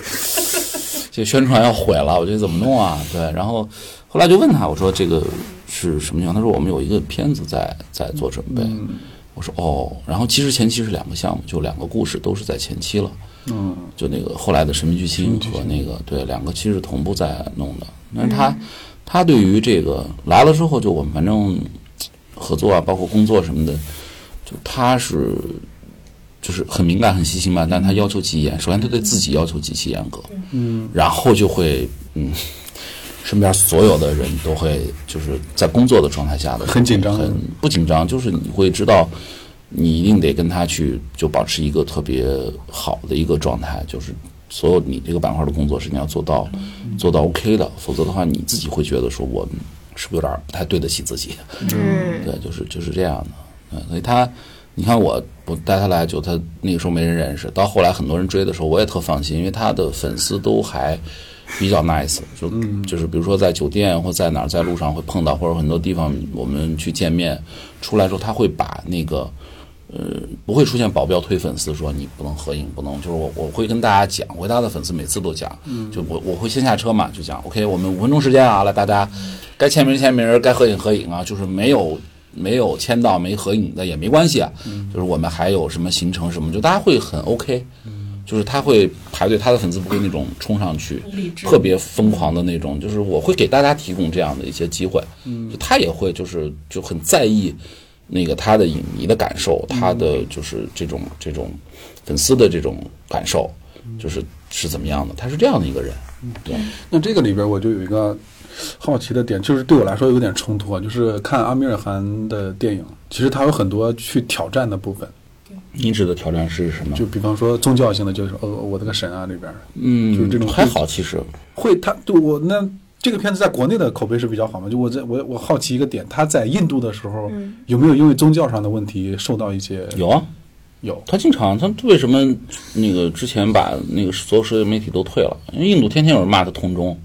S2: 这宣传要毁了，我觉得怎么弄啊？对，然后后来就问他，我说这个是什么情况？他说我们有一个片子在在做准备。
S1: 嗯
S2: 我说哦，然后其实前期是两个项目，就两个故事都是在前期了，
S1: 嗯，
S2: 就那个后来的《神秘巨星》和那个对两个其实同步在弄的。但
S1: 嗯
S2: 是他、他对于这个来了之后，就我们反正合作啊，包括工作什么的，就他是就是很敏感、很
S1: 嗯
S2: 细心吧，但他要求极严。首先，他对自己要求极其严格，嗯，然后就会嗯， 身边所有的人都会就是在工作的状态下的时候
S1: 很紧张
S2: 很不紧张，就是你会知道。你一定得跟他去，就保持一个特别好的一个状态，就是所有你这个板块的工作是你要做到，
S1: 嗯
S2: 做到 OK 的，否则的话你自己会觉得说我是不是有点儿不太对得起自己？
S4: 嗯，
S2: 对，就是就是这样的。嗯，所以他，你看我我带他来就他那个时候没人认识，到后来很多人追的时候，我也特放心，因为他的粉丝都还比较 nice，就就是比如说在酒店或在哪儿，在路上会碰到，或者很多地方我们去见面，出来之后他会把那个。呃，不会出现保镖推粉丝说你不能合影，不能就是我我会跟大家讲，我跟他的粉丝每次都讲，就我我会先下车嘛，就讲 OK，我们五分钟时间啊，来大家该签名签名，该合影合影啊，就是没有没有签到没合影的也没关系啊，就是我们还有什么行程什么，就大家会很 OK，就是他会排队，他的粉丝不会那种冲上去
S3: 理，智
S2: 特别疯狂的那种，就是我会给大家提供这样的一些机会，
S3: 嗯
S2: 就他也会就是就很在意那个他的影迷的感受，他
S3: 嗯
S2: 的就是这种这种粉丝的这种感受，
S3: 嗯
S2: 就是是怎么样的，他是这样的一个人，对，
S1: 那这个里边我就有一个好奇的点，就是对我来说有点冲突啊，就是看阿米尔汗的电影，其实他有很多去挑战的部分，
S2: 你指的挑战是什么？
S1: 就比方说宗教性的，就是哦我的个神啊里边，
S2: 嗯，
S1: 就是这种
S2: 还好，其实
S1: 会他对我那这个片子在国内的口碑是比较好嘛？就我在我我好奇一个点，他在印度的时候、有没有因为宗教上的问题受到一些
S2: 有啊，
S1: 有
S2: 他经常，他为什么那个之前把那个所有社交媒体都退了？因为印度天天有人骂他同中，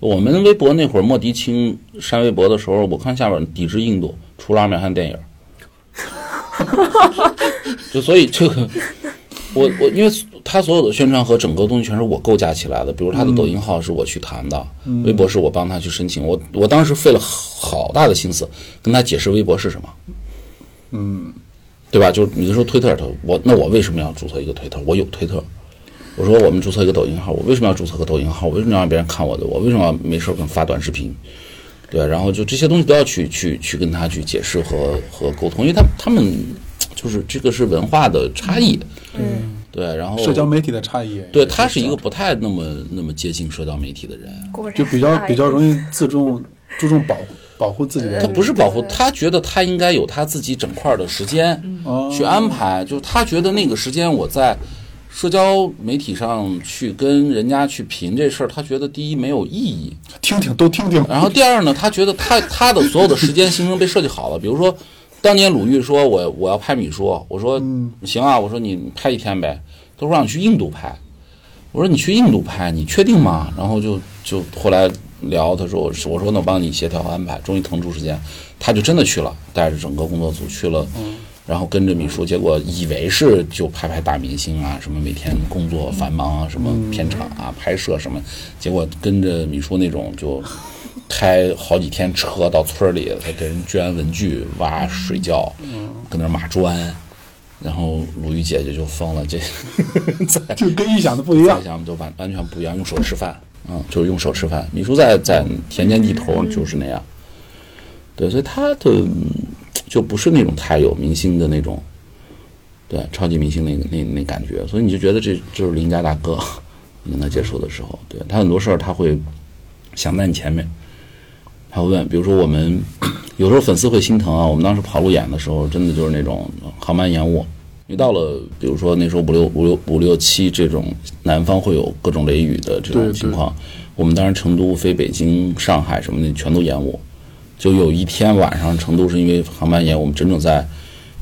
S2: 我们微博那会儿，莫迪清删微博的时候，我看下边抵制印度，除了阿米尔汗电影儿， 就所以这个，我我因为他所有的宣传和整个东西全是我构架起来的，比如他的抖音号是我去谈的，微博是我帮他去申请，我我当时费了好大的心思跟他解释微博是什么，嗯，对吧？就是你说推特，他我那我为什么要注册一个推特？我有推特，我说我们注册一个抖音号，我为什么要注册个抖音号？我为什么要让别人看我的？我为什么要没事儿跟发短视频？对，然后就这些东西都要去去去跟他去解释和和沟通，因为他他们就是这个是文化的差异，
S4: 嗯，
S2: 对，然后
S1: 社交媒体的差异，
S2: 对他是一个不太那么那么接近社交媒体的人，
S4: 果然
S1: 就比较比较容
S4: 易。
S1: 易自重注重保护保护自己的
S2: 他
S1: 人，
S2: 不是保护，他觉得他应该有他自己整块的时间
S1: 哦
S2: 去安排，就是他觉得那个时间我在社交媒体上去跟人家去贫这事儿，他觉得第一没有意义，
S1: 听听都听听，
S2: 然后第二呢，他觉得他他的所有的时间行程被设计好了，比如说当年鲁豫说我我要拍米说，我说、行啊，我说你拍一天呗，他说让你去印度拍，我说你去印度拍，你确定吗？然后就就后来聊，他说我说我说那我帮你协调安排，终于腾出时间，他就真的去了，带着整个工作组去了。然后跟着米叔，结果以为是就拍拍大明星啊，什么每天工作繁忙啊，什么片场啊、拍摄什么，结果跟着米叔那种就开好几天车到村里，他给人捐文具、挖水窖，跟那儿码砖，然后鲁豫姐姐就疯了，这在
S1: 就跟预想的不一样
S2: 在。想就完完全不一样，用手吃饭，嗯，就是用手吃饭。米叔在在田间地头就是那样，对，所以他的嗯就不是那种太有明星的那种，对，超级明星那个那那感觉，所以你就觉得这就是邻家大哥， 你跟他接触的时候，对他很多事儿他会想在你前面，他会问，比如说我们有时候粉丝会心疼啊，我们当时跑路演的时候，真的就是那种航班延误。因为到了，比如说那时候五六五六五六七这种南方会有各种雷雨的这种
S1: 对
S2: 情
S1: 对
S2: 况，我们当时成都飞北京、上海什么的全都延误，就有一天晚上成都是因为航班延误，我们整整在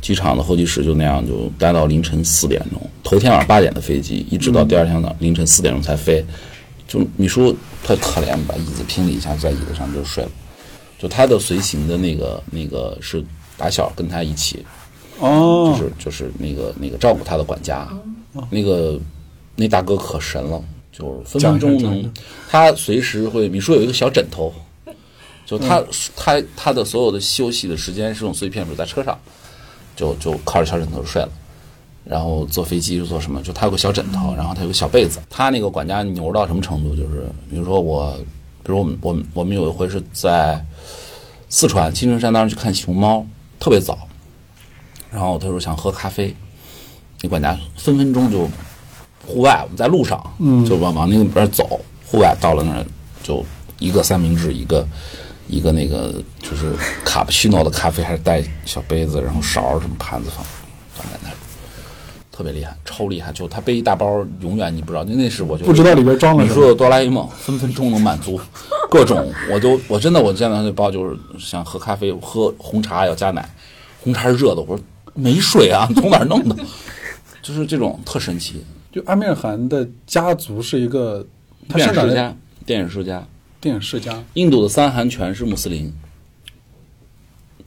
S2: 机场的候机室就那样就待到凌晨四点钟，头天晚上八点的飞机，一直到
S1: 嗯
S2: 第二天早凌晨四点钟才飞。就米叔特可怜，把椅子拼了一下，在椅子上就睡了。就他的随行的那个那个是打小跟他一起，就
S1: 哦，
S2: 是就是那个那个照顾他的管家，那个那大哥可神了，就是分分钟
S1: 讲一
S2: 能，他随时会，米叔有一个小枕头，就他、
S1: 嗯
S2: 他他的所有的休息的时间是用碎片，比如在车上，就就靠着小枕头睡了。然后坐飞机是坐什么？就他有个小枕头，
S1: 嗯
S2: 然后他有个小被子。他那个管家牛到什么程度？就是比如说我，比如我们我们我们有一回是在四川青城山当时去看熊猫，特别早，然后他说想喝咖啡，那管家分分钟就户外，我们在路上，
S1: 嗯
S2: 就往往那个边走，户外到了那儿就一个三明治，一个一个那个就是卡布奇诺的咖啡，还是带小杯子，然后勺儿什么盘子放放在那儿，特别厉害，超厉害，就他背一大包，永远你不知道，那那是我就
S1: 不知道里边装了
S2: 你
S1: 什
S2: 说
S1: 么。
S2: 有哆啦 A 梦，分分钟能满足各种，我都我真的我见到那包就是想喝咖啡，喝红茶要加奶，红茶是热的，我说没水啊， 从哪儿弄的？就是这种特神奇，
S1: 就阿米尔汗的家族是一个，他
S2: 电
S1: 生
S2: 影
S1: 长
S2: 世
S1: 在
S2: 家，电影世家，
S1: 电影世家，
S2: 印度的三韩全是穆斯林，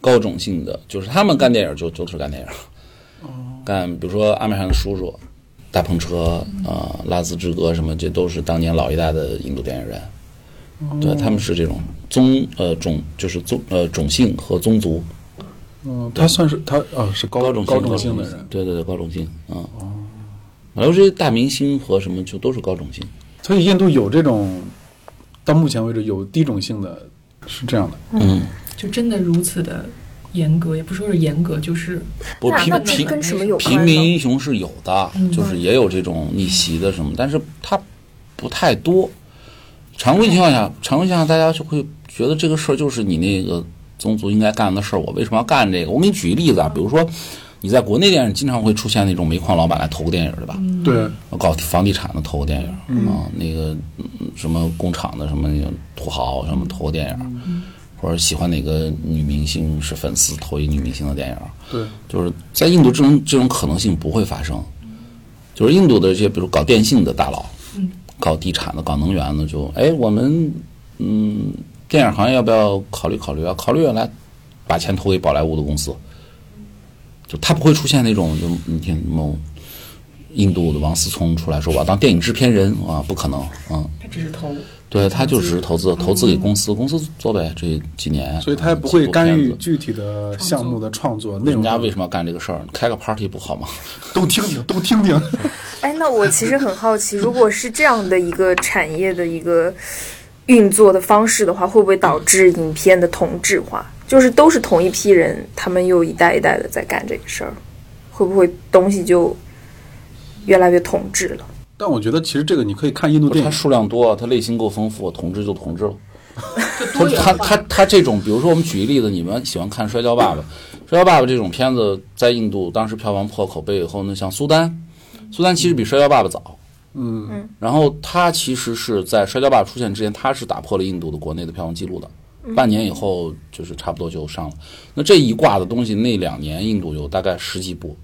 S2: 高种姓的，就是他们干电影就就是干电影，干比如说阿米尔汗的叔叔，大篷车啊、呃拉兹之歌什么，这都是当年老一代的印度电影人。对，他们是这种宗呃种就是宗呃种姓和宗族
S1: 嗯，他算是他啊是高
S2: 种
S1: 高
S2: 高
S1: 种姓
S2: 的
S1: 的人，
S2: 对对对，高种姓啊。然后这些大明星和什么就都是高种姓，
S1: 所以印度有这种，到目前为止有低种姓的，是这样的。
S2: 嗯，
S3: 就真的如此的严格，也不说是严格，就是
S2: 不
S4: 那
S2: 平
S4: 那
S2: 平
S4: 这跟什么有关嗯
S2: 平
S4: 呢？
S2: 民英雄是有的，就是也有这种逆袭的什么，但是它不太多。常规情况
S4: 嗯
S2: 下，常规情况下大家就会觉得这个事儿就是你那个宗族应该干的事儿，我为什么要干这个？我给你举一例子啊，比如说你在国内电影经常会出现那种煤矿老板来投个电影，对吧？
S1: 对，
S2: 搞房地产的投个电影啊、那个嗯什么工厂的什么那种土豪什么投个电影，或者喜欢哪个女明星是粉丝投一女明星的电影。
S1: 对，
S2: 就是在印度这种这种可能性不会发生，就是印度的这些比如搞电信的大佬，搞地产的、搞能源的，就哎，我们嗯，电影行业要不要考虑考虑啊？考虑原来把钱投给宝莱坞的公司，就它不会出现那种就你听某印度的王思聪出来说我要当电影制片人啊，不可能啊。
S3: 他只是投，
S2: 对他就只是投资，投资给公司，公司做呗。这几年，
S1: 所以他也不
S2: 嗯
S1: 会
S2: 做
S1: 干
S2: 片
S1: 预
S2: 子
S1: 具体的项目的创作内
S2: 人
S1: 容。
S2: 家为什么要干这个事儿？开个 party 不好吗？
S1: 都听听，都听听。
S4: 哎，那我其实很好奇，如果是这样的一个产业的一个运作的方式的话，会不会导致影片的同质化？就是都是同一批人，他们又一代一代的在干这个事儿，会不会东西就越来越同质 了？
S1: 但我觉得其实这个你可以看印度
S2: 不是
S1: 电
S2: 他
S1: 影，
S2: 数量多，他类型够丰富，同志就同志了。
S3: 就多
S2: 他
S3: 元
S2: 他
S3: 化。
S2: 他他这种，比如说我们举一个例子，你们喜欢看《摔跤爸爸》，《摔跤爸爸》这种片子在印度当时票房破口碑以后呢，像《苏丹》，《苏丹》其实比《摔跤爸爸》早。嗯，然后他其实是在《摔跤爸爸》出现之前，他是打破了印度的国内的票房记录的。
S3: 嗯
S2: 半年以后就是差不多就上了。那这一挂的东西，那两年印度有大概十几部，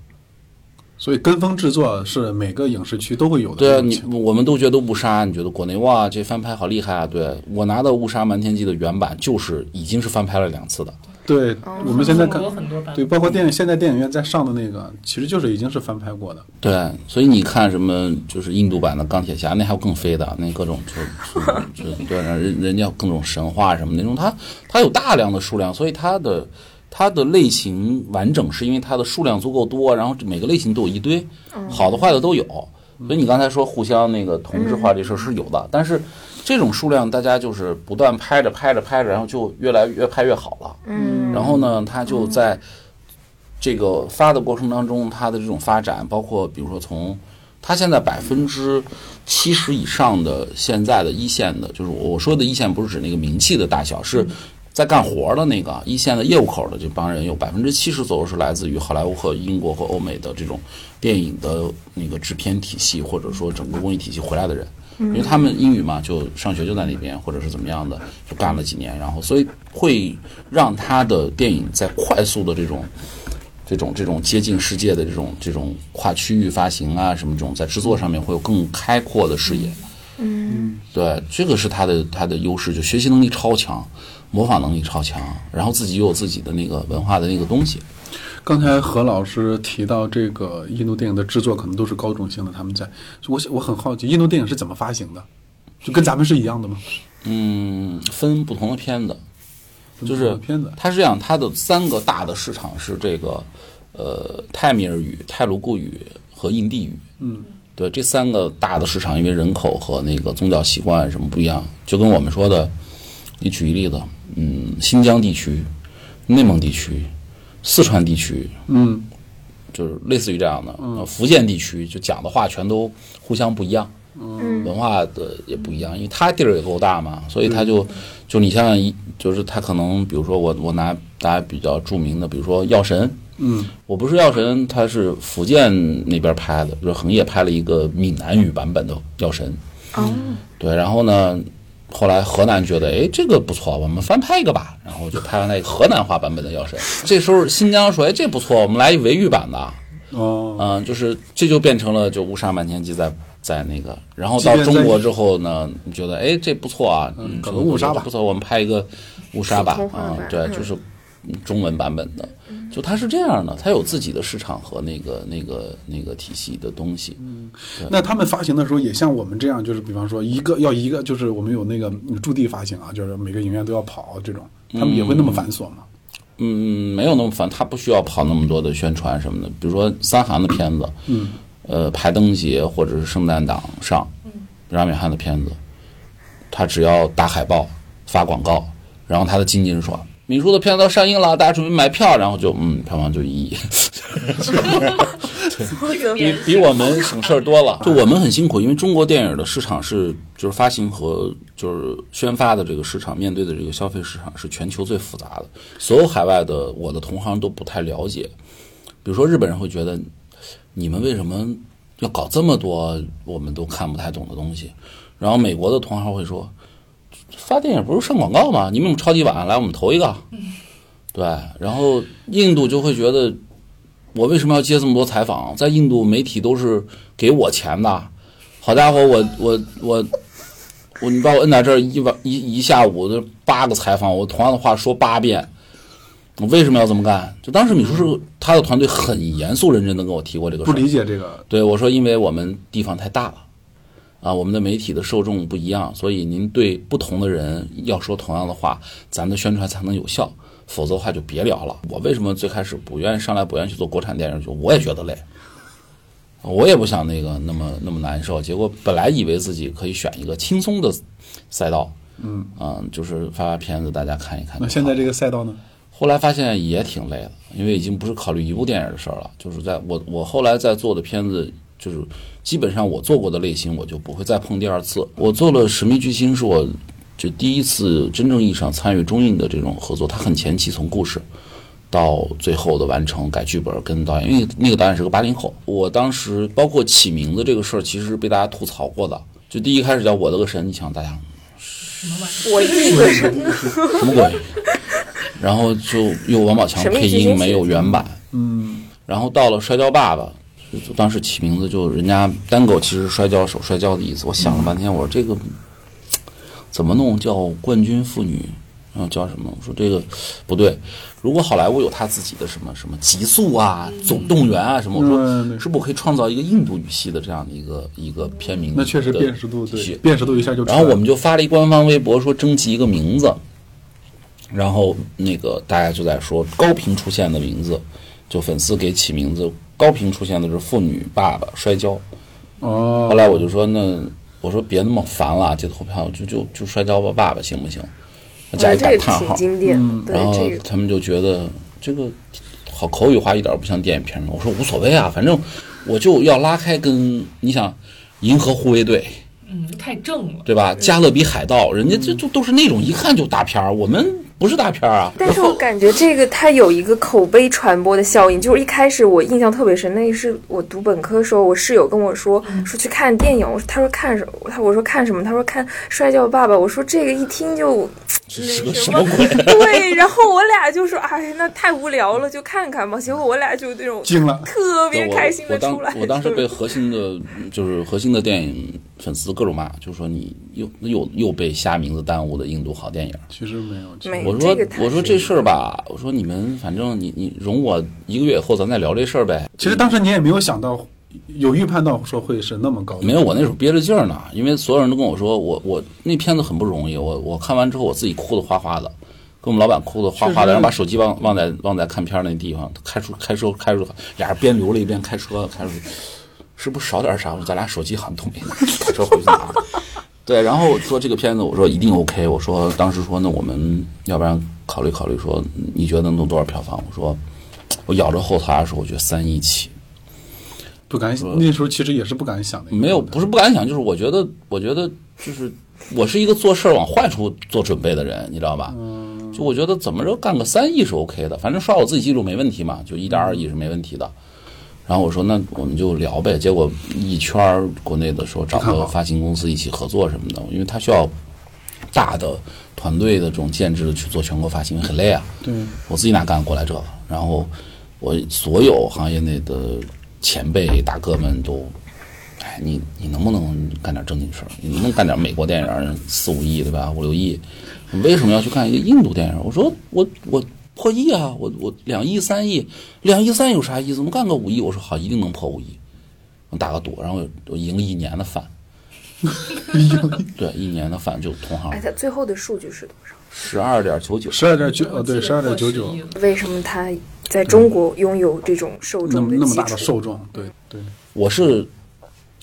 S1: 所以跟风制作是每个影视区都会有的。
S2: 对啊，你我们都觉得误杀，你觉得国内哇这翻拍好厉害啊？对我拿到《误杀瞒天记》的原版，就是已经是翻拍了两次的。
S1: 对，我们现在看
S3: 有，很多版
S1: 对，包括电影现在电影院在上的那个，其实就是已经是翻拍过的。
S2: 对，所以你看什么就是印度版的钢铁侠，那还有更飞的，那各种就就就对，人人家各种神话什么那种，它它有大量的数量，所以它的它的类型完整是因为它的数量足够多，然后每个类型都有一堆，好的坏的都有。所以你刚才说互相那个同质化这事儿是有的，但是这种数量大家就是不断拍着拍着拍着，然后就越来越拍越好了。
S4: 嗯
S2: 然后呢，它就在这个发的过程当中，它的这种发展，包括比如说从它现在百分之七十以上的现在的一线的，就是我我说的一线不是指那个名气的大小，是在干活儿的那个一线的业务口儿的这帮人，有百分之七十左右是来自于好莱坞和英国和欧美的这种电影的那个制片体系，或者说整个工艺体系回来的人。因为他们英语嘛，就上学就在那边，或者是怎么样的，就干了几年，然后所以会让他的电影在快速的这种、这种、这种接近世界的这种、这种跨区域发行啊，什么这种在制作上面会有更开阔的视野。嗯，对，这个是他的他的优势，就学习能力超强，模仿能力超强，然后自己又有自己的那个文化的那个东西。
S1: 刚才何老师提到这个印度电影的制作可能都是高种性的，他们在，我我很好奇印度电影是怎么发行的，就跟咱们是一样的吗？
S2: 嗯，分不同的片子，就
S1: 怎
S2: 是啊
S1: 么片子
S2: 它是这样，它的三个大的市场是这个，呃，泰米尔语、泰卢固语和印地语。嗯，对，这三个大的市场，因为人口和那个宗教习惯什么不一样，就跟我们说的，你举一例子，嗯，新疆地区、内蒙地区、四川地区，
S1: 嗯，
S2: 就是类似于这样的。呃福建地区就讲的话全都互相不一样，文化的也不一样，因为它地儿也够大嘛，所以它就就你像一就是它可能，比如说我我拿大家比较著名的，比如说《药神》，
S1: 嗯，
S2: 我不是药神，它是福建那边拍的，就是恒业拍了一个闽南语版本的《药神》，
S4: 哦，
S2: 对，然后呢，后来河南觉得，哎，这个不错，我们翻拍一个吧，然后就拍了那个河南话版本的《药神》。这时候新疆说，哎，这不错，我们来一维语版的，
S1: 哦，
S2: 嗯、就是这就变成了就乌纱满天记在在那个，然后
S1: 即
S2: 到
S1: 便在
S2: 中国之后呢，你觉得，哎，这不错啊，嗯
S1: 搞个乌纱吧
S2: 不错，我们拍一个乌纱吧
S4: 普通，话
S2: 啊、
S4: 版
S2: 对，
S4: 嗯
S2: 就是中文版本的。就它是这样的，它有自己的市场和那个、那个、那个体系的东西。
S1: 那他们发行的时候也像我们这样，就是比方说一个要一个，就是我们有那个嗯驻地发行啊，就是每个影院都要跑啊这种，他们也会那么繁琐吗？
S2: 嗯，没有那么烦，他不需要跑那么多的宣传什么的。比如说三韩的片子，嗯，呃，排灯节或者是圣诞档上，拉米汉的片子，他只要打海报、发广告，然后他的经纪人说。米叔的片子要上映了，大家准备买票，然后就嗯，票房就一亿，比比我们省事儿多了。就我们很辛苦，因为中国电影的市场是就是发行和就是宣发的这个市场，面对的这个消费市场是全球最复杂的，所有海外的我的同行都不太了解。比如说日本人会觉得，你们为什么要搞这么多我们都看不太懂的东西？然后美国的同行会说，发电影不是上广告吗？你们有超级碗来，我们投一个。 对，然后印度就会觉得我为什么要接这么多采访？在印度，媒体都是给我钱的。好家伙，我我我我你把我摁在这儿一晚一一下午，这八个采访，我同样的话说八遍，我为什么要这么干？就当时米叔是他的团队很严肃认真的跟我提过这个事
S1: 不
S2: 儿，
S1: 理解这个，
S2: 对我说，因为我们地方太大了，啊，我们的媒体的受众不一样，所以您对不同的人要说同样的话，咱的宣传才能有效，否则的话就别聊了。我为什么最开始不愿意上来，不愿意去做国产电影？就我也觉得累。我也不想那个那么那么难受，结果本来以为自己可以选一个轻松的赛道，嗯就是发发片子大家看一看就好。
S1: 那现在这个赛道呢？
S2: 后来发现也挺累的，因为已经不是考虑一部电影的事儿了，就是在我我后来在做的片子，就是基本上我做过的类型，我就不会再碰第二次。我做了《神秘巨星》，是我就第一次真正意义上参与中印的这种合作，它很前期从故事。到最后的完成改剧本跟导演，因为那个导演是个八零后，我当时包括起名字这个事儿，其实是被大家吐槽过的。就第一开始叫我的个神，你想大家
S4: 我一个人
S2: 什么鬼？然后就用王宝强配音，没有原版。嗯。然后到了《摔跤爸爸》，就当时起名字就人家单口其实摔跤手摔跤的意思。我想了半天，我说这个怎么弄叫冠军妇女，然后叫什么？我说这个不对。如果好莱坞有他自己的什么什么极速啊、总动员啊什么，我
S1: 嗯
S2: 说
S1: 对
S2: 是不是可以创造一个印度语系的这样的一个一个片名？
S1: 那确实辨识度对，辨识度一下就出来
S2: 然
S1: 了。
S2: 后我们就发了一官方微博说征集一个名字，然后那个大家就在说高频出现的名字，就粉丝给起名字，高频出现的是妇女、爸爸、摔跤。
S1: 哦
S2: 后，来我就说那我说别那么烦了，这投票就就就摔跤吧，爸爸行不行？加一
S4: 嗯这
S2: 感
S4: 个
S2: 叹
S4: 挺
S2: 号，
S4: 经典的，
S2: 然后
S4: 对这个
S2: 他们就觉得这个好口语化，一点儿不像电影片儿。我说无所谓啊，反正我就要拉开跟你想银河护卫队。
S3: 嗯，太正了。
S2: 对吧？加勒比海盗，人家这就都是那种一看就大片儿，我们不是大片儿啊。
S4: 但是我感觉这个它有一个口碑传播的效应，就是一开始我印象特别深，那是我读本科的时候，我室友跟我说说去看电影，我说他说看什么，他我说看什么，他说看《摔跤爸爸》，我说这个一听就
S2: 这是
S4: 那
S2: 个什么鬼？
S4: 对，然后我俩就说哎，那太无聊了，就看看吧。结果我俩就那种
S1: 惊了，
S4: 特别开心
S2: 我
S4: 的
S2: 当
S4: 出来，
S2: 我当时
S4: 就是
S2: 被核心的，就是核心的电影粉丝各种骂，就说你又又又被瞎名字耽误的印度好电影。
S1: 其实没有，其实
S4: 没
S2: 我说
S4: 哎这个太
S2: 我说这事儿吧，我说你们反正你你容我一个月以后咱再聊这事儿呗。
S1: 其实当时你也没有想到，有预判到说会是那么高的，
S2: 没有，我那时候憋着劲儿呢，因为所有人都跟我说，我我那片子很不容易，我我看完之后我自己哭的哗哗的，跟我们老板哭的哗哗
S1: 确实
S2: 的，然后把手机忘忘在忘在看片儿那地方，开出开车开出，俩人边流泪边开车开出去，是不是少点啥？我说咱俩手机好像都没拿，车回去拿。 对，然后说这个片子，我说一定 OK，我说当时说那我们要不然考虑考虑说，你觉得能弄多少票房？我说我咬着后槽牙说，我觉得三亿起。
S1: 不敢想，那时候其实也是不敢想的。
S2: 没有，不是不敢想，就是我觉得，我觉得就是我是一个做事儿往坏处做准备的人，你知道吧？
S1: 嗯
S2: 就我觉得怎么着干个三亿是 OK 的，反正刷我自己记录没问题嘛，就一点二亿是没问题的。然后我说那我们就聊呗，结果一圈儿国内的说找
S1: 看
S2: 个
S1: 好
S2: 发行公司一起合作什么的，因为他需要大的团队的这种建制去做全国发行很累啊。
S1: 对，
S2: 我自己哪干得过来这个？然后我所有行业内的前辈大哥们都，哎，你你能不能干点正经事儿？你能不能干点美国电影儿四五亿对吧？五六亿，你为什么要去看一个印度电影儿？我说我我破亿啊！我我两亿三亿，两亿三有啥意思？我们干个五亿，我说好，一定能破五亿。我打个赌，然后我我赢了一年的饭，对，一年的饭就同行
S4: 哎，它最后的数据是多少？
S2: 十二点九九，
S1: 十二点九，呃，
S3: 我
S1: 对，
S3: 记
S1: 十
S3: 得
S1: 二
S3: 破
S1: 点九
S3: 10
S1: 九
S3: 亿，了
S4: 为什么它在中国拥有这种受
S1: 那
S4: 众
S1: 么
S4: 的
S1: 那
S4: 基
S1: 么大
S4: 础？
S1: 的受众，对对，
S2: 我是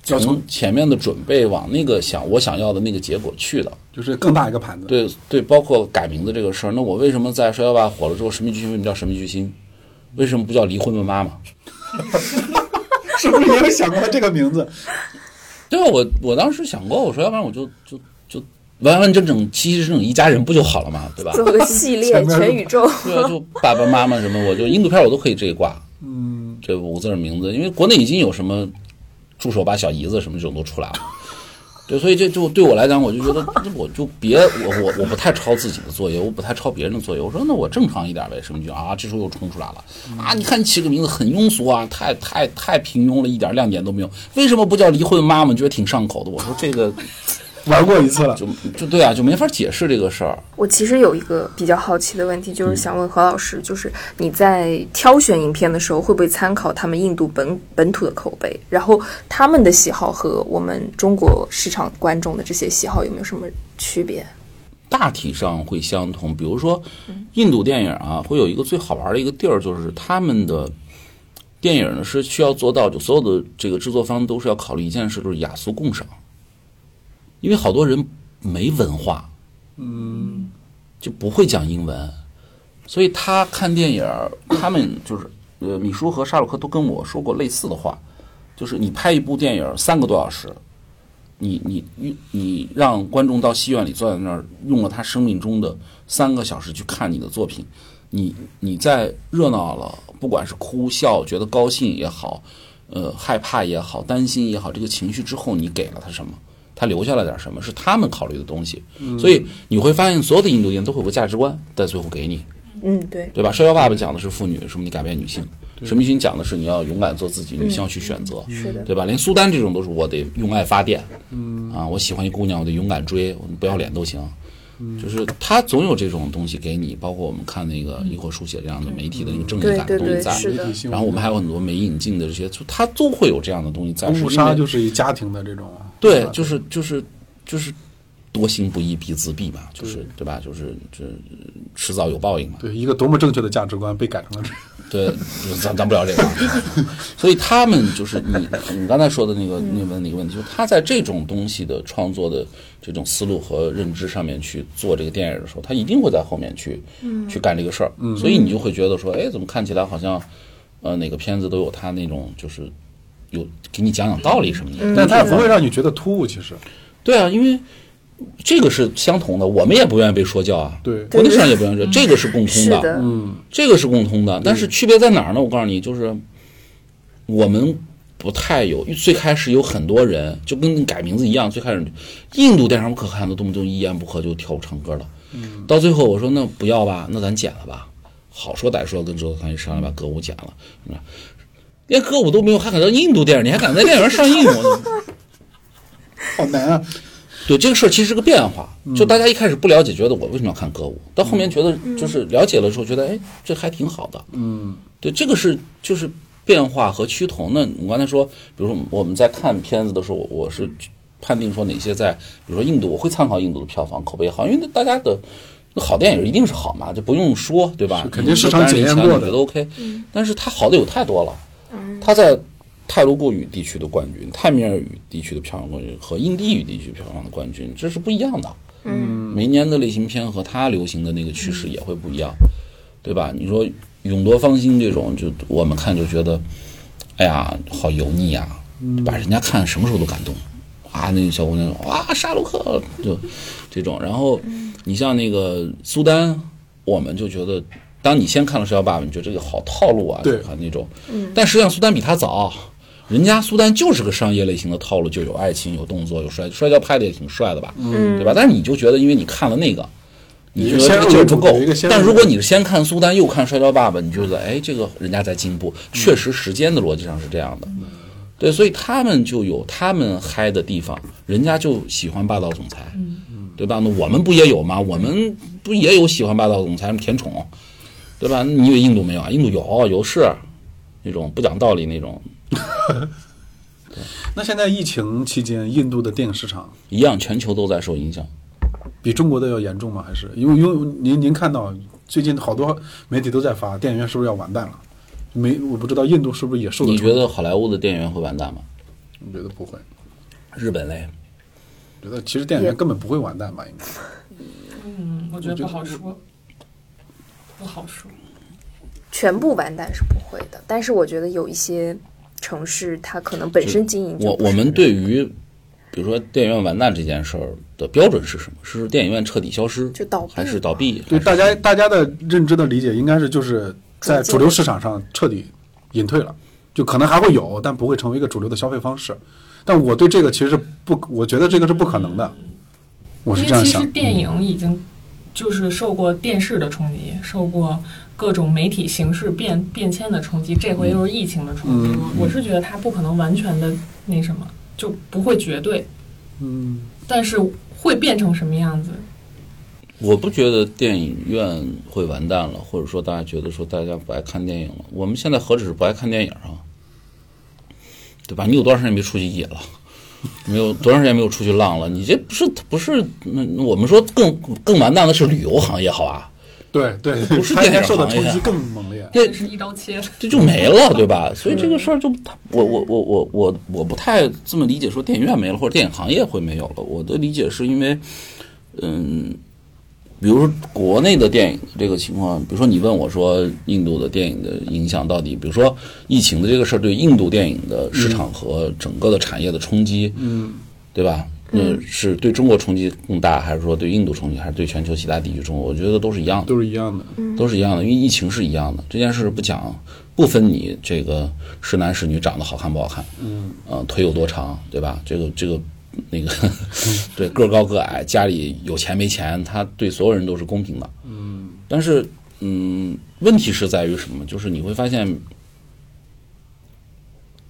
S1: 要从
S2: 从前面的准备往那个想我想要的那个结果去的。
S1: 就是更大一个盘子。，
S2: 对对，包括改名字这个事儿，那我为什么在《摔跤吧》火了之后，《神秘巨星》为什么叫《神秘巨星》？为什么不叫《离婚吧妈妈》？
S1: 是不是也有想过这个名字？
S2: 对啊，我我当时想过，我说要不然我就就就完完整整、齐齐整整一家人不就好了嘛，对吧？
S4: 做个系列
S1: 前面
S4: 全宇宙，
S2: 对啊，就爸爸妈妈什么，我就印度片儿我都可以这一挂，嗯，这五个字儿名字，因为国内已经有什么助手吧、小姨子什么这种都出来了，对，所以这就对我来讲，我就觉得那我就别我我我不太抄自己的作业，我不太抄别人的作业，我说那我正常一点呗，什么就啊，这时候又冲出来了啊，你看你起个名字很庸俗啊，太太太平庸了，一点亮点都没有，为什么不叫离婚妈妈？觉得挺上口的，我说这个。
S1: 玩过一次了。
S2: 就就对啊，就没法解释这个事儿。
S4: 我其实有一个比较好奇的问题，
S2: 嗯
S4: 就是想问何老师，就是你在挑选影片的时候，会不会参考他们印度本本土的口碑，然后他们的喜好和我们中国市场观众的这些喜好有没有什么区别？
S2: 大体上会相同。比如说，印度电影啊，会有一个最好玩的一个地儿，就是他们的电影呢是需要做到，就所有的这个制作方都是要考虑一件事，就是雅俗共赏，因为好多人没文化，嗯，就不会讲英文，所以他看电影儿，他们就是呃，米叔和沙鲁克都跟我说过类似的话，就是你拍一部电影儿三个多小时，你你你你让观众到戏院里坐在那儿，用了他生命中的三个小时去看你的作品，你你在热闹了，不管是哭笑、觉得高兴也好，呃，害怕也好、担心也好，这个情绪之后，你给了他什么？他留下了点什么？是他们考虑的东西，所以你会发现，所有的印度电影都会有个价值观在最后给你，
S4: 嗯，对，
S2: 对吧？《逍遥爸爸》讲的是妇女，什么你改变女性；《神秘君》讲的是你要勇敢做自己，女性要去选择，
S4: 是的，
S2: 对吧？连苏丹这种都是我得用爱发电，啊，我喜欢一姑娘，我得勇敢追，我不要脸都行。就是他总有这种东西给你，包括我们看那个《一会书写》这样的媒体的那个正义
S4: 对
S2: 感的
S4: 对
S2: 东西
S4: 对，
S2: 在，
S4: 是的
S1: 媒体，新闻
S2: 然后我们还有很多没引进的这些，就他都会有这样的东西在。
S1: 功
S2: 是因
S1: 夫
S2: 为
S1: 杀就是一家庭的这种啊，
S2: 对
S1: 吧，
S2: 就是就是就是多行不义必自毙嘛，就是对吧？就是这迟早有报应嘛。
S1: 对一个多么正确的价值观被改成了这样。
S2: 对，就是咱咱不聊这个啊。 所以他们就是你你刚才说的那个那问那个问题，就是他在这种东西的创作的这种思路和认知上面去做这个电影的时候，他一定会在后面去、去干这个事儿。所以你就会觉得说，哎，怎么看起来好像呃哪个片子都有他那种就是有给你讲讲道理什么的，
S1: 但它也不会让你觉得突兀，其实
S2: 对啊，因为这个是相同的，我们也不愿意被说教啊。
S1: 对
S2: 国内市场也不愿意说，这个是共通
S4: 是
S2: 的，
S4: 的，
S2: 这个是共通的。但是区别在哪儿呢？我告诉你，就是我们不太有，最开始有很多人就跟改名字一样，最开始印度电视上可看的，动不动一言不合就跳舞唱歌了。到最后我说那不要吧，那咱剪了吧。好说歹说跟周团一商量把歌舞剪了，是吧连歌舞都没有，还敢叫印度电影？你还敢在电影院上映？我
S1: 好难啊。
S2: 对这个事儿其实是个变化，
S1: 嗯
S2: 就大家一开始不了解，觉得我为什么要看歌舞，到后面觉得就是了解了之后，觉得哎，这还挺好的。嗯，对，这个是就是变化和趋同。那我刚才说，比如说我们在看片子的时候，我我是判定说哪些在，比如说印度，我会参考印度的票房口碑好，因为那大家的。那好电影一定是好嘛，这不用说，对吧？
S1: 肯定市场
S2: 你说
S1: 检验
S2: 当然
S1: 过
S2: 你
S1: 的
S2: 觉得 OK，、但是它好的有太多了。他在泰卢固语地区的冠军、泰米尔语地区的票房冠军和印地语地区票房的冠军，这是不一样的。嗯，每年的类型片和它流行的那个趋势也会不一样，对吧？你说《勇夺芳心》这种，就我们看就觉得，哎呀，好油腻啊，把人家看什么时候都感动。啊，那个小姑娘哇，沙鲁克就这种。然后你像那个苏丹，我们就觉得，当你先看了《射雕爸爸》，你觉得这个好套路啊，
S1: 对
S2: 就看那种。但实际上苏丹比他早，人家苏丹就是个商业类型的套路，就有爱情、有动作、有摔摔跤，拍的也挺帅的吧，对吧？但是你就觉得，因为你看了那个。你觉得这个劲儿不够
S1: 有一个先入为主有一个先，入
S2: 但如果你是先看苏丹又看《摔跤爸爸》，你就觉得哎，这个人家在进
S1: 嗯
S2: 步，确实时间的逻辑上是这样的。对，所以他们就有他们嗨的地方，人家就喜欢霸道总裁，
S1: 嗯
S2: 对吧？那我们不也有吗？我们不也有喜欢霸道总裁甜宠，对吧？你以为印度没有啊？印度有有是那种不讲道理那种，
S1: 那现在疫情期间，印度的电影市场
S2: 一样全球都在受影响。
S1: 比中国的要严重吗？还是因为因为您您看到最近好多媒体都在发，电影院是不是要完蛋了？没，我不知道印度是不是也受到
S2: 你
S1: 冲击
S2: 觉？得好莱坞的电影院会完蛋吗？
S1: 我觉得不会，
S2: 日本嘞？
S1: 我觉得其实电影院根本不会完蛋吧？应该
S3: 嗯，我觉得不好说，不好说。
S4: 全部完蛋是不会的，但是我觉得有一些城市它可能本身经营就
S2: 我
S4: 不是
S2: 我们对于比如说电影院完蛋这件事儿的标准是什么？是电影院彻底消失，
S4: 就倒闭
S2: 还是倒闭？
S1: 对
S2: 还是
S1: 大家大家的认知的理解应该是就是在主流市场上彻底隐退了，就可能还会有，但不会成为一个主流的消费方式。但我对这个其实不，我觉得这个是不可能的，我是
S3: 因
S1: 这
S3: 为
S1: 样
S3: 其
S1: 想嗯
S3: 实。电影已经就是受过电视的冲击，受过各种媒体形式变变迁的冲击，这回又是疫情的冲击，
S1: 嗯
S3: 我我是觉得它不可能完全的那什么，就不会绝对。
S1: 嗯，
S3: 但是会变成什么样子？
S2: 我不觉得电影院会完蛋了，或者说大家觉得说大家不爱看电影了。我们现在何止是不爱看电影啊，对吧？你有多长时间没出去野了？没有多长时间没有出去浪了？你这不是不是？那我们说更更完蛋的是旅游行业，好
S1: 嗯
S2: 吧？
S1: 对对，
S2: 不是
S1: 他
S2: 电
S1: 应该
S2: 影
S1: 受到
S2: 行业
S1: 冲击
S2: 啊
S1: 更猛烈。
S2: 那
S3: 这是一刀切的。
S2: 这就没了，对吧？所以这个事儿就它我我我我我我不太这么理解，说电影院没了或者电影行业会没有了。我的理解是因为，嗯，比如说国内的电影这个情况，比如说你问我说印度的电影的影响到底，比如说疫情的这个事儿对印度电影的市场和整个的产业的冲击，嗯，对吧？那是对中国冲击更大，还是说对印度冲击，还是对全球其他地区冲击？我觉得都是一样的。
S1: 都是一样的，
S2: 都是一样的，因为疫情是一样的，这件事不讲，不分你这个是男是女，长得好看不好看，嗯，呃，腿有多长，对吧？这个这个那个， 对，个高个矮，家里有钱没钱，他对所有人都是公平的，嗯。但是，嗯，问题是在于什么？就是你会发现，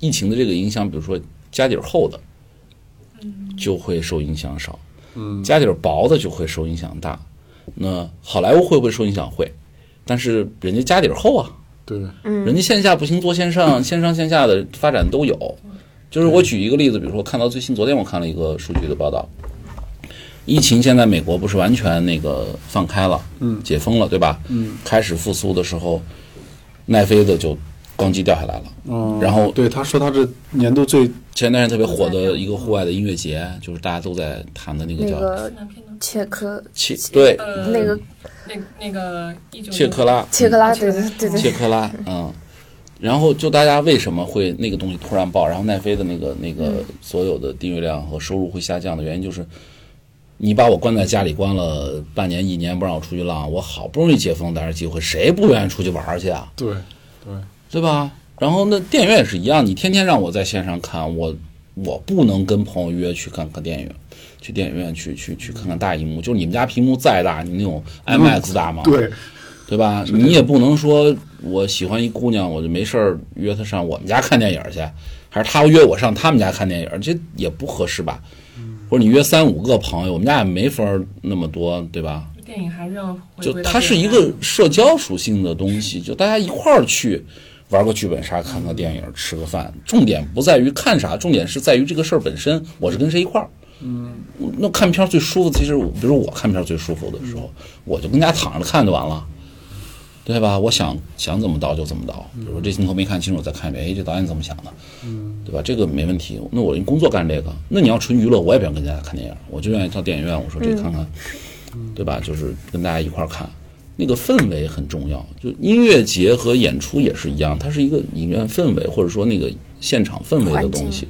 S2: 疫情的这个影响，比如说家底儿厚的，就会受影响少，嗯，家底儿薄的就会受影响大。那好莱坞会不会受影响？会，但是人家家底儿厚啊，
S1: 对对
S3: 嗯
S2: 人家线下不行，做线 上，线上线下的发展都有。就是我举一个例子，比如说看到最新，昨天我看了一个数据的报道，疫情现在美国不是完全那个放开了，嗯，解封了，对吧？嗯，开始复苏的时候，奈飞的就咣叽掉下来了。
S1: 嗯，
S2: 然后
S1: 对他说他是年度最
S2: 前段时间特别火的一个户外的音乐节，就是大家都在谈嗯的那个
S4: 那
S2: 叫
S4: 个
S3: 那片呢
S4: 切克
S2: 切对
S3: 呃，
S4: 那个
S3: 那那个一九
S2: 切克拉
S4: 切克拉，对
S3: 切克
S4: 对
S3: 拉
S4: 对
S2: 嗯切
S4: 对，
S2: 克拉，嗯。然后就大家为什么会那个东西突然爆，然后奈飞的那个那个所有的订阅量和收入会下降的原因就是，你把我关在家里关了半年一年不让我出去浪，我好不容易解封在这儿机会，谁不愿意出去玩儿去啊？
S1: 对
S2: 对吧？然后那电影院也是一样，你天天让我在线上看，我我不能跟朋友约去看看电影，去电影院去去去看看大荧幕。就是你们家屏幕再大，你那种 IMAX 大吗？
S1: 对
S2: 对吧？你也不能说我喜欢一姑娘，我就没事儿约她上我们家看电影去，还是她约我上他们家看电影，这也不合适吧？或者你约三五个朋友，我们家也没法儿那么多，对吧？
S3: 电影还是要回
S2: 就
S3: 归到
S2: 它是一
S3: 电影
S2: 个社交属性的东西，就大家一块儿去玩个剧本杀、看个电影、吃个饭，重点不在于看啥，重点是在于这个事儿本身，我是跟谁一块儿。嗯，那看片儿最舒服，其实我比如我看片儿最舒服的时候，我就跟家躺着看就完了。对吧？我想想怎么导就怎么导，比如说这镜头没看清楚，我再看一遍，哎，这导演怎么想的，对吧？这个没问题。那我工作干这个，那你要纯娱乐，我也不想跟大家看电影，我就愿意到电影院，我说这看看，对吧？就是跟大家一块儿看，那个氛围很重要。就音乐节和演出也是一样，它是一个影院氛围或者说那个现场氛围的东西，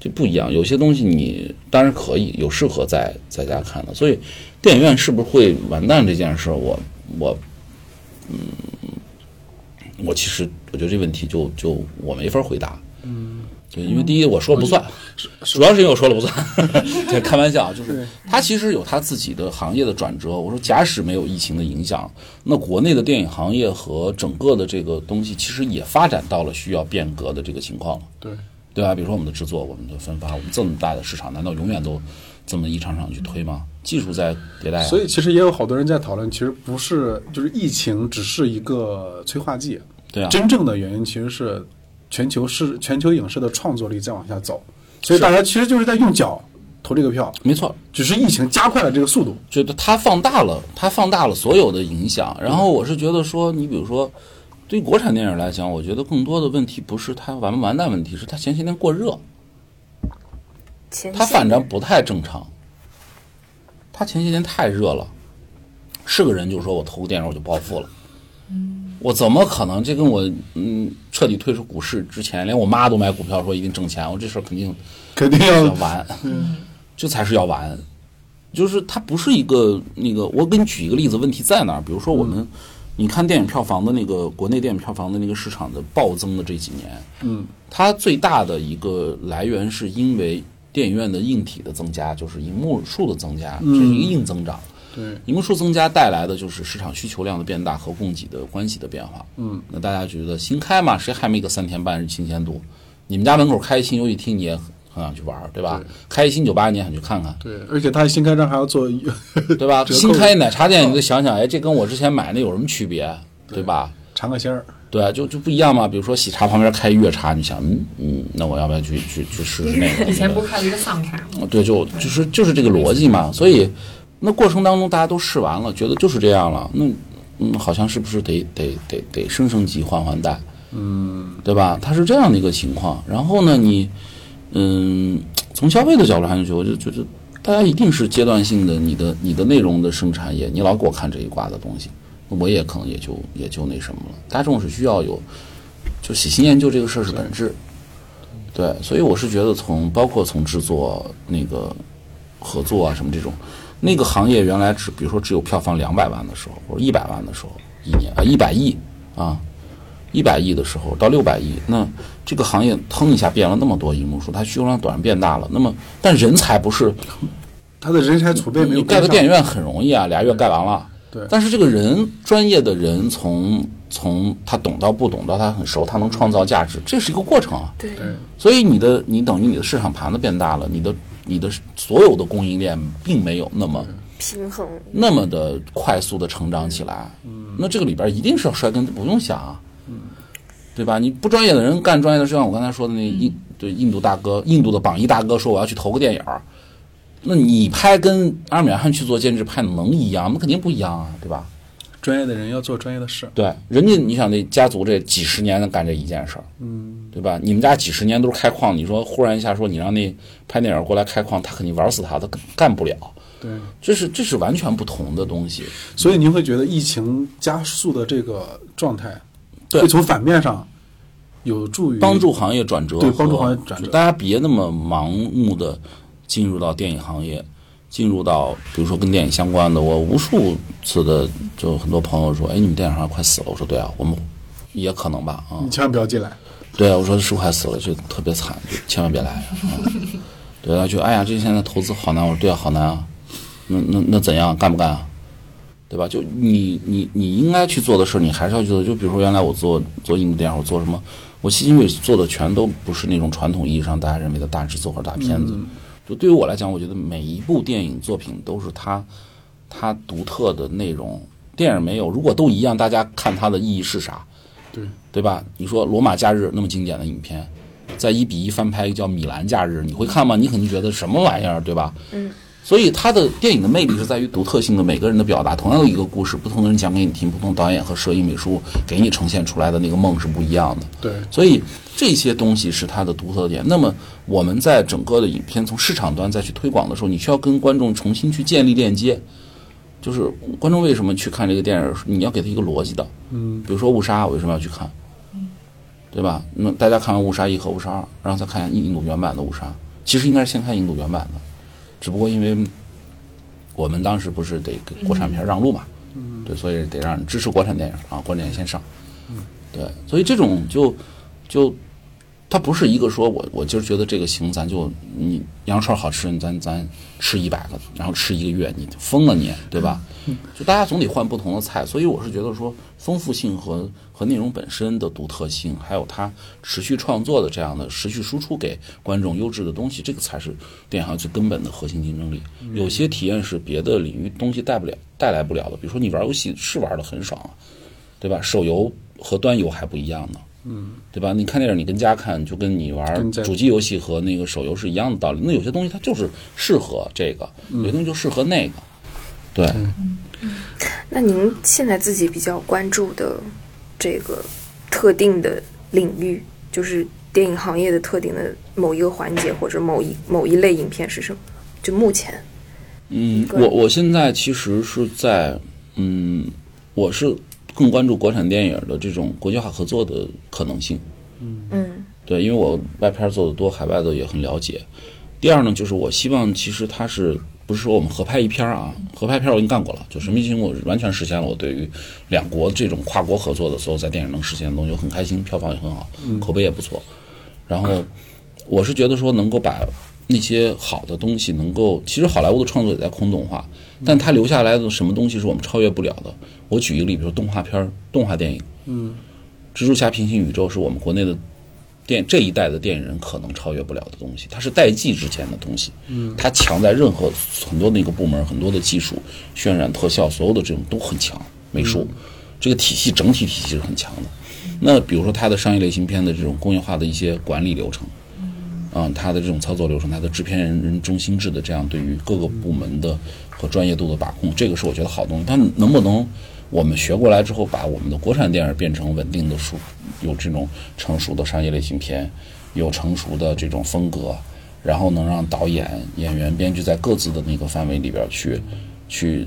S2: 这不一样。有些东西你当然可以有适合在在家看的，所以电影院是不是会完蛋这件事儿，我我嗯我其实我觉得这问题就就我没法回答。嗯，对，因为第一我说了不算，主哦要是因为我说了不算， 这开玩笑，就是他其实有他自己的行业的转折。我说，假使没有疫情的影响，那国内的电影行业和整个的这个东西，其实也发展到了需要变革的这个情况了。
S1: 对
S2: 对吧？比如说我们的制作、我们的分发，我们这么大的市场，难道永远都这么一场场去推吗？技术在迭代、啊，
S1: 所以其实也有好多人在讨论，其实不是就是疫情只是一个催化剂，
S2: 对啊，
S1: 真正的原因其实是全球市全球影视的创作力在往下走，所以大家其实就是在用脚投这个票，
S2: 没错，
S1: 只是疫情加快了这个速度。
S2: 觉得它放大了，它放大了所有的影响。然后我是觉得说，你比如说，对国产电影来讲，我觉得更多的问题不是它完不完蛋问题，是它前些年过热，
S4: 前
S2: 它
S4: 线
S2: 反正不太正常。它前些年太热了，是个人就说我投个电影我就暴富了，我怎么可能？这跟我嗯彻底退出股市之前，连我妈都买股票说一定挣钱，我这事儿肯定
S1: 肯定
S2: 要
S1: 要
S2: 玩，这才是要玩。就是它不是一个那个，我给你举一个例子，问题在哪儿？比如说我们，你看电影票房的那个国内电影票房的那个市场的暴增的这几年，
S1: 嗯，
S2: 它最大的一个来源是因为电影院的硬体的增加，就是荧幕数的增加，这是一个硬增长。
S1: 对
S2: 荧幕数增加带来的就是市场需求量的变大和供给的关系的变化。
S1: 嗯，
S2: 那大家觉得新开嘛，谁还没个三天半日新鲜度？你们家门口开新游戏厅，你也很想去玩儿，对吧？开一新酒吧你也想去看看，
S1: 对，而且他新开张还要做，
S2: 对吧？
S1: 折扣
S2: 新开奶茶店你就想想，哎，这跟我之前买的有什么区别，对吧？
S1: 尝个鲜儿，
S2: 对啊，就就不一样嘛。比如说喜茶旁边开粤茶，你想，嗯嗯，那我要不要去去去试试那个？
S3: 以前不是开了一个 Sun 卡吗？
S2: 对，就就是就是这个逻辑嘛。所以，那过程当中大家都试完了，觉得就是这样了，那嗯，好像是不是得得得得升升级换换代，嗯，对吧？它是这样的一个情况。然后呢，你嗯，从消费的角度上去，我就觉得大家一定是阶段性的，你的你的内容的生产业，你老给我看这一挂的东西，我也可能也就也就那什么了。大众是需要有，就喜新厌旧这个事儿是本质。对，所以我是觉得从包括从制作那个合作啊什么这种，那个行业原来只比如说只有票房两百万的时候，或者一百万的时候，一年啊一百亿啊，一百亿的时候到六百亿，那这个行业腾一下变了那么多银幕数，它需求量短变大了，那么但人才不是
S1: 他的人才储备没有
S2: 你盖个
S1: 跟
S2: 电影
S1: 上
S2: 院很容易啊，俩月盖完了。
S1: 对
S2: 但是这个人专业的人从从他懂到不懂到他很熟，他能创造价值，这是一个过程啊。
S4: 对
S1: 对
S2: 所以你的你等于你的市场盘子变大了，你的你的所有的供应链并没有那么
S4: 平衡，
S2: 那么的快速的成长起来。嗯，那这个里边一定是要摔跟头，不用想啊。对吧？你不专业的人干专业的事，就像我刚才说的那印对印度大哥，印度的榜一大哥说我要去投个电影儿，那你拍跟阿米尔汗去做监制拍能一样吗？那肯定不一样啊，对吧？
S1: 专业的人要做专业的事，
S2: 对，人家你想那家族这几十年的干这一件事儿，嗯，对吧？你们家几十年都是开矿，你说忽然一下说你让那拍电影过来开矿，他肯定玩死他，他干干不了，
S1: 对。
S2: 这是这是完全不同的东西。
S1: 所以您会觉得疫情加速的这个状态，
S2: 对
S1: 会从反面上有助于
S2: 帮助行业转折和，
S1: 对帮助行业转折
S2: 就大家别那么盲目的进入到电影行业，进入到比如说跟电影相关的，我无数次的就很多朋友说，哎，你们电影行业快死了，我说对啊，我们也可能吧，啊、
S1: 你千万不要进来。
S2: 对啊，我说是快死了，就特别惨，就千万别来啊、对啊，就哎呀，这现在投资好难。我说对啊，好难啊。那那那怎样？干不干啊？对吧？就你你你应该去做的事儿，你还是要去做。就比如说原来我做做印度电影，我做什么？我戏剧做的全都不是那种传统意义上大家认为的大制作或者大片子。就对于我来讲，我觉得每一部电影作品都是它它独特的内容。电影没有，如果都一样，大家看它的意义是啥？
S1: 对
S2: 对吧？你说《罗马假日》那么经典的影片，在一比一翻拍一个叫《米兰假日》，你会看吗？你肯定觉得什么玩意儿，对吧？嗯。所以它的电影的魅力是在于独特性的每个人的表达，同样的一个故事，不同的人讲给你听，不同导演和摄影、美术给你呈现出来的那个梦是不一样的。
S1: 对，
S2: 所以这些东西是它的独特点。那么我们在整个的影片从市场端再去推广的时候，你需要跟观众重新去建立链接。就是观众为什么去看这个电影，你要给他一个逻辑的。嗯，比如说《误杀》，我为什么要去看？对吧？那大家看完《误杀一》和《误杀二》，然后再看印度原版的《误杀》，其实应该是先看印度原版的，只不过因为我们当时不是得给国产片让路嘛，对，所以得让人支持国产电影啊，国产电影先上。对，所以这种就就它不是一个说我我今儿觉得这个行，咱就你羊肉串好吃，咱咱吃一百个，然后吃一个月，你疯了你，对吧？就大家总得换不同的菜，所以我是觉得说丰富性和和内容本身的独特性，还有它持续创作的这样的持续输出给观众优质的东西，这个才是电影行业最根本的核心竞争力。有些体验是别的领域东西带不了、带来不了的，比如说你玩游戏是玩的很爽啊，对吧？手游和端游还不一样呢，嗯，对吧？你看电影，你跟家看，就跟你玩
S1: 在
S2: 主机游戏和那个手游是一样的道理。那有些东西它就是适合这个，有些东西就适合那个，对。
S4: 那您现在自己比较关注的这个特定的领域，就是电影行业的特定的某一个环节或者某一某一类影片是什么？就目前，
S2: 嗯，
S4: 个
S2: 我我现在其实是在，嗯，我是更关注国产电影的这种国际化合作的可能性。
S4: 嗯
S2: 对，因为我外片做的多，海外的也很了解。第二呢，就是我希望其实它是不是说我们合拍一片儿啊？合拍片儿我已经干过了，就《神秘行》我完全实现了我对于两国这种跨国合作的所有在电影能实现的东西，我很开心，票房也很好，口碑也不错。然后我是觉得说能够把那些好的东西能够，其实好莱坞的创作也在空洞化，但它留下来的什么东西是我们超越不了的。我举一个例，比如动画片儿、动画电影，嗯，蜘蛛侠平行宇宙是我们国内的电这一代的电影人可能超越不了的东西，它是代际之前的东西，嗯，它强在任何很多那个部门、很多的技术、渲染、特效，所有的这种都很强，美术、这个体系整体体系是很强的。那比如说它的商业类型片的这种工业化的一些管理流程，啊、它的这种操作流程，它的制片人人中心制的这样对于各个部门的和专业度的把控，这个是我觉得好东西。它能不能我们学过来之后，把我们的国产电影变成稳定的数，有这种成熟的商业类型片，有成熟的这种风格，然后能让导演、演员、编剧在各自的那个范围里边去，去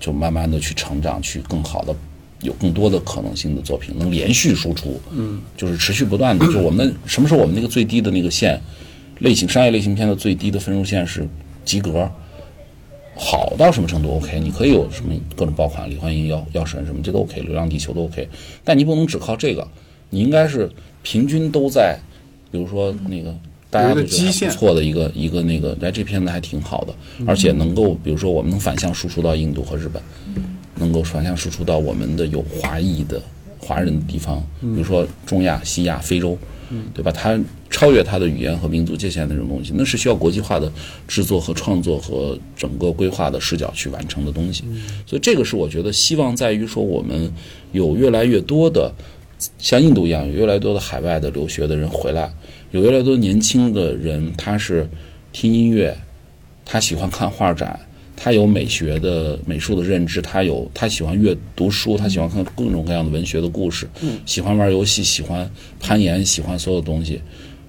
S2: 就慢慢的去成长，去更好的。有更多的可能性的作品能连续输出，嗯，就是持续不断的。就我们那什么时候我们那个最低的那个线，类型商业类型片的最低的分数线是及格，好到什么程度 OK，你可以有什么各种爆款，李焕英药药神什么这都 OK，流浪地球都 OK，但你不能只靠这个，你应该是平均都在，比如说那个。大家都觉得还不错的一个嗯一个那个，哎，这片子还挺好的，而且能够，比如说我们能反向输出到印度和日本，能够反向输出到我们的有华裔的华人的地方，比如说中亚、西亚、非洲，对吧？它超越它的语言和民族界限的这种东西，那是需要国际化的制作和创作和整个规划的视角去完成的东西。所以这个是我觉得希望在于说，我们有越来越多的像印度一样，有越来越多的海外的留学的人回来，有越来越多年轻的人，他是听音乐，他喜欢看画展，他有美学的美术的认知，他有他喜欢阅读书，他喜欢看各种各样的文学的故事，喜欢玩游戏，喜欢攀岩，喜欢所有东西。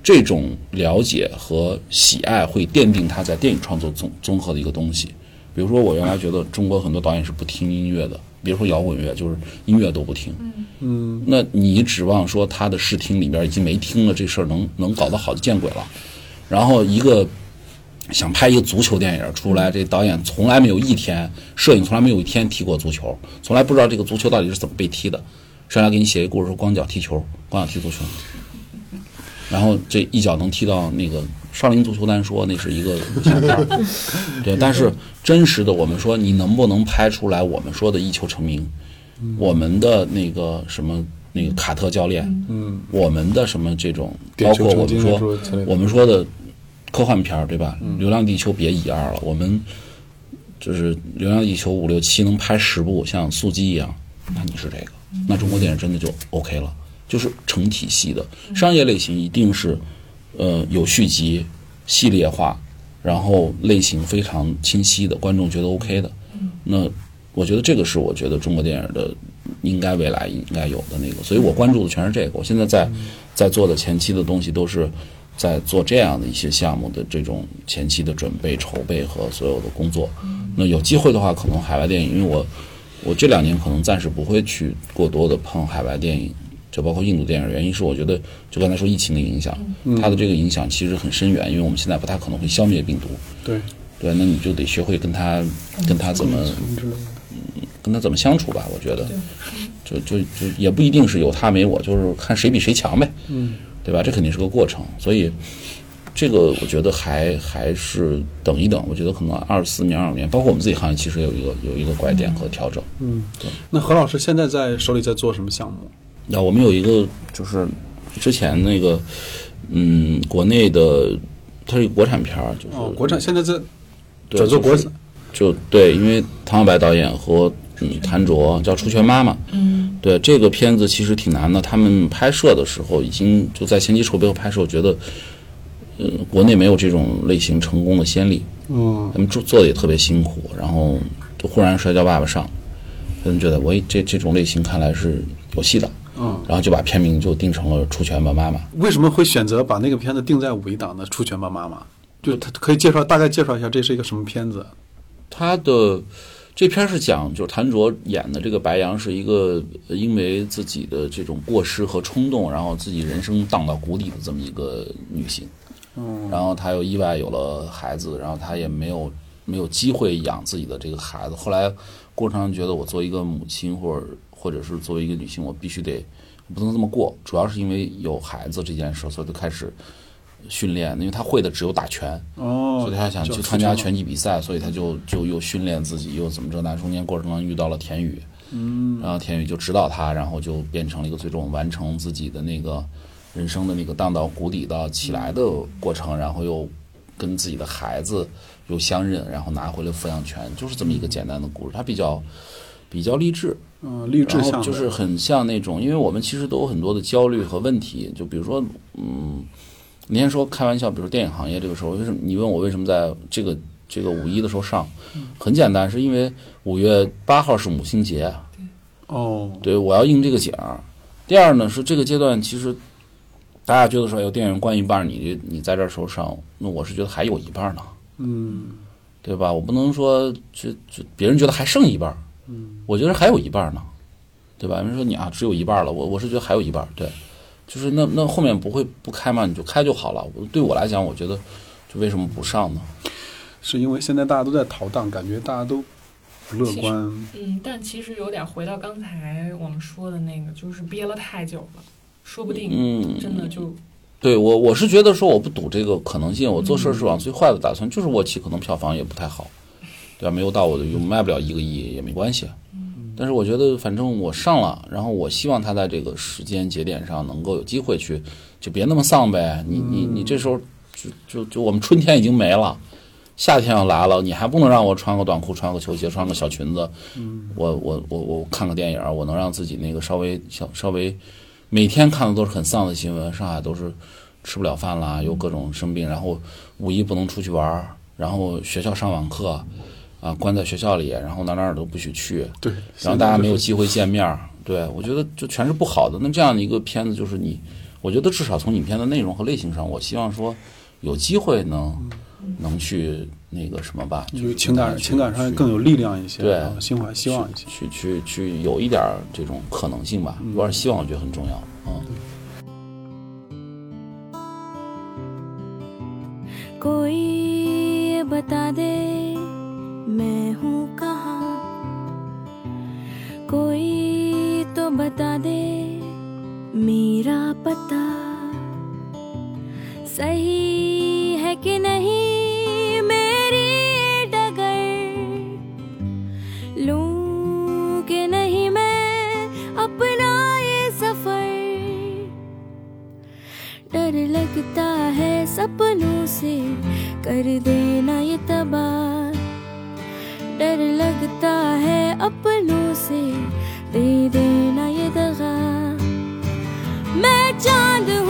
S2: 这种了解和喜爱会奠定他在电影创作综综合的一个东西。比如说，我原来觉得中国很多导演是不听音乐的，别说摇滚乐，就是音乐都不听。嗯，那你指望说他的视听里边已经没听了这事儿能能搞得好就见鬼了。然后一个想拍一个足球电影出来，这导演从来没有一天，摄影从来没有一天踢过足球，从来不知道这个足球到底是怎么被踢的。上来给你写一个故事说光脚踢球，光脚踢足球，然后这一脚能踢到那个少林足球，单说那是一个武侠片儿，对。但是真实的，我们说你能不能拍出来我们说的一球成名，我们的那个什么那个卡特教练，嗯，我们的什么这种，包
S1: 点球
S2: 括
S1: 成
S2: 我们
S1: 金
S2: 说
S1: 的时候才能
S2: 我们说的科幻片儿，对吧？流浪地球》别一二了，我们就是《流浪地球》五六七能拍十部，像速激一样，那你是这个，那中国电影真的就 OK 了，就是成体系的商业类型一定是，呃，有续集、系列化，然后类型非常清晰的，观众觉得 OK 的，那我觉得这个是我觉得中国电影的应该未来应该有的那个，所以我关注的全是这个。我现在在在做的前期的东西都是在做这样的一些项目的这种前期的准备、筹备和所有的工作。那有机会的话，可能海外电影，因为我我这两年可能暂时不会去过多的碰海外电影，就包括印度电影。原因是我觉得，就刚才说疫情的影响，它的这个影响其实很深远，因为我们现在不太可能会消灭病毒。
S1: 对，
S2: 对，那你就得学会跟他跟他怎么
S1: 嗯
S2: 跟他怎么相处吧，我觉得，就就就也不一定是有他没我，就是看谁比谁强呗，嗯，对吧？这肯定是个过程，所以这个我觉得还还是等一等，我觉得可能二四年、二五年，包括我们自己行业其实也有一个有一个拐
S1: 嗯
S2: 点和调整。
S1: 那何老师现在在手里在做什么项目？
S2: 那我们有一个就是之前那个嗯，国内的它是一个国产片儿，就是、嗯
S1: 哦，国产现在在
S2: 对
S1: 转做国
S2: 就是就对，因为唐小白导演和嗯谭卓叫《出拳妈妈》，嗯，对这个片子其实挺难的。他们拍摄的时候已经就在前期筹备和拍摄，我觉得，呃，国内没有这种类型成功的先例，
S1: 嗯，
S2: 他们做做的也特别辛苦，然后就忽然摔跤爸爸上，他们觉得我这这种类型看来是有戏的，嗯，然后就把片名就定成了《出拳吧妈妈》。
S1: 为什么会选择把那个片子定在五一档呢？《出拳吧，妈妈》就他可以介绍大概介绍一下这是一个什么片子？
S2: 他的这片儿是讲，就是谭卓演的这个白羊是一个呃因为自己的这种过失和冲动，然后自己人生荡到谷底的这么一个女性。嗯，然后她又意外有了孩子，然后她也没有没有机会养自己的这个孩子。后来过程中觉得，我作为一个母亲，或者或者是作为一个女性，我必须得不能这么过。主要是因为有孩子这件事，所以就开始训练，因为她会的只有打拳。
S1: 哦
S2: 所以他想去参加拳击比赛，所以他就就又训练自己，又怎么着？那中间过程中遇到了田宇，嗯，然后田宇就指导他，然后就变成了一个最终完成自己的那个人生的那个荡到谷底到起来的过程，然后又跟自己的孩子又相认，然后拿回来抚养权，就是这么一个简单的故事。它比较比较励志，
S1: 嗯，励志
S2: 然
S1: 向
S2: 后
S1: 的
S2: 就是很像那种，因为我们其实都有很多的焦虑和问题，就比如说，嗯，你先说开玩笑，比如电影行业这个时候，为什么你问我为什么在这个这个五一的时候上？很简单，是因为五月八号是母亲节，啊
S1: 哦，
S2: 对我要应这个景儿。第二呢是这个阶段，其实大家觉得说，有电影关一半，你你在这时候上，那我是觉得还有一半呢，
S1: 嗯
S2: 对吧？我不能说这这别人觉得还剩一半儿，我觉得还有一半儿呢，对吧？有人说你啊只有一半儿了，我我是觉得还有一半儿，对，就是那那后面不会不开嘛，你就开就好了。我对我来讲，我觉得就为什么不上呢？
S1: 是因为现在大家都在逃荡，感觉大家都不乐观。
S3: 嗯，但其实有点回到刚才我们说的那个，就是憋了太久了，说不定
S2: 嗯，
S3: 真的就
S2: 对我我是觉得说我不赌这个可能性，我做事是往最坏的打算，就是我起可能票房也不太好，对吧、没有到我的又卖不了一个亿也没关系，但是我觉得反正我上了，然后我希望他在这个时间节点上能够有机会去，就别那么丧呗。你你你这时候就就就我们春天已经没了，夏天要来了，你还不能让我穿个短裤、穿个球鞋、穿个小裙子，我我我我看个电影儿，我能让自己那个稍微小稍微。每天看的都是很丧的新闻，上海都是吃不了饭啦，又各种生病，然后五一不能出去玩儿，然后学校上网课，啊，关在学校里，然后哪哪儿都不许去，
S1: 对，
S2: 然后大家没有机会见面儿。对，我觉得就全是不好的。那这样的一个片子，就是你，我觉得至少从影片的内容和类型上，我希望说有机会能能去那个什么吧，就
S1: 有
S2: 是
S1: 情感
S2: 去
S1: 情感上
S2: 去
S1: 更有力量一些，
S2: 对
S1: 然后心怀希望一些。嗯
S2: 去去去有一点儿这种可能性吧，有点儿希望，我觉得很重要。嗯。
S5: कोई ये बता दे मैं हूँ कहाँ कोई तो बता दे मेरा पता सही है कि नहीं मेरी ये डगर लूं कि नहीं मैं अपना ये सफर डर लगता है सपनों से कर देना ये तबाह डर लगता है अपनों से दे देना ये दगा मैं चांद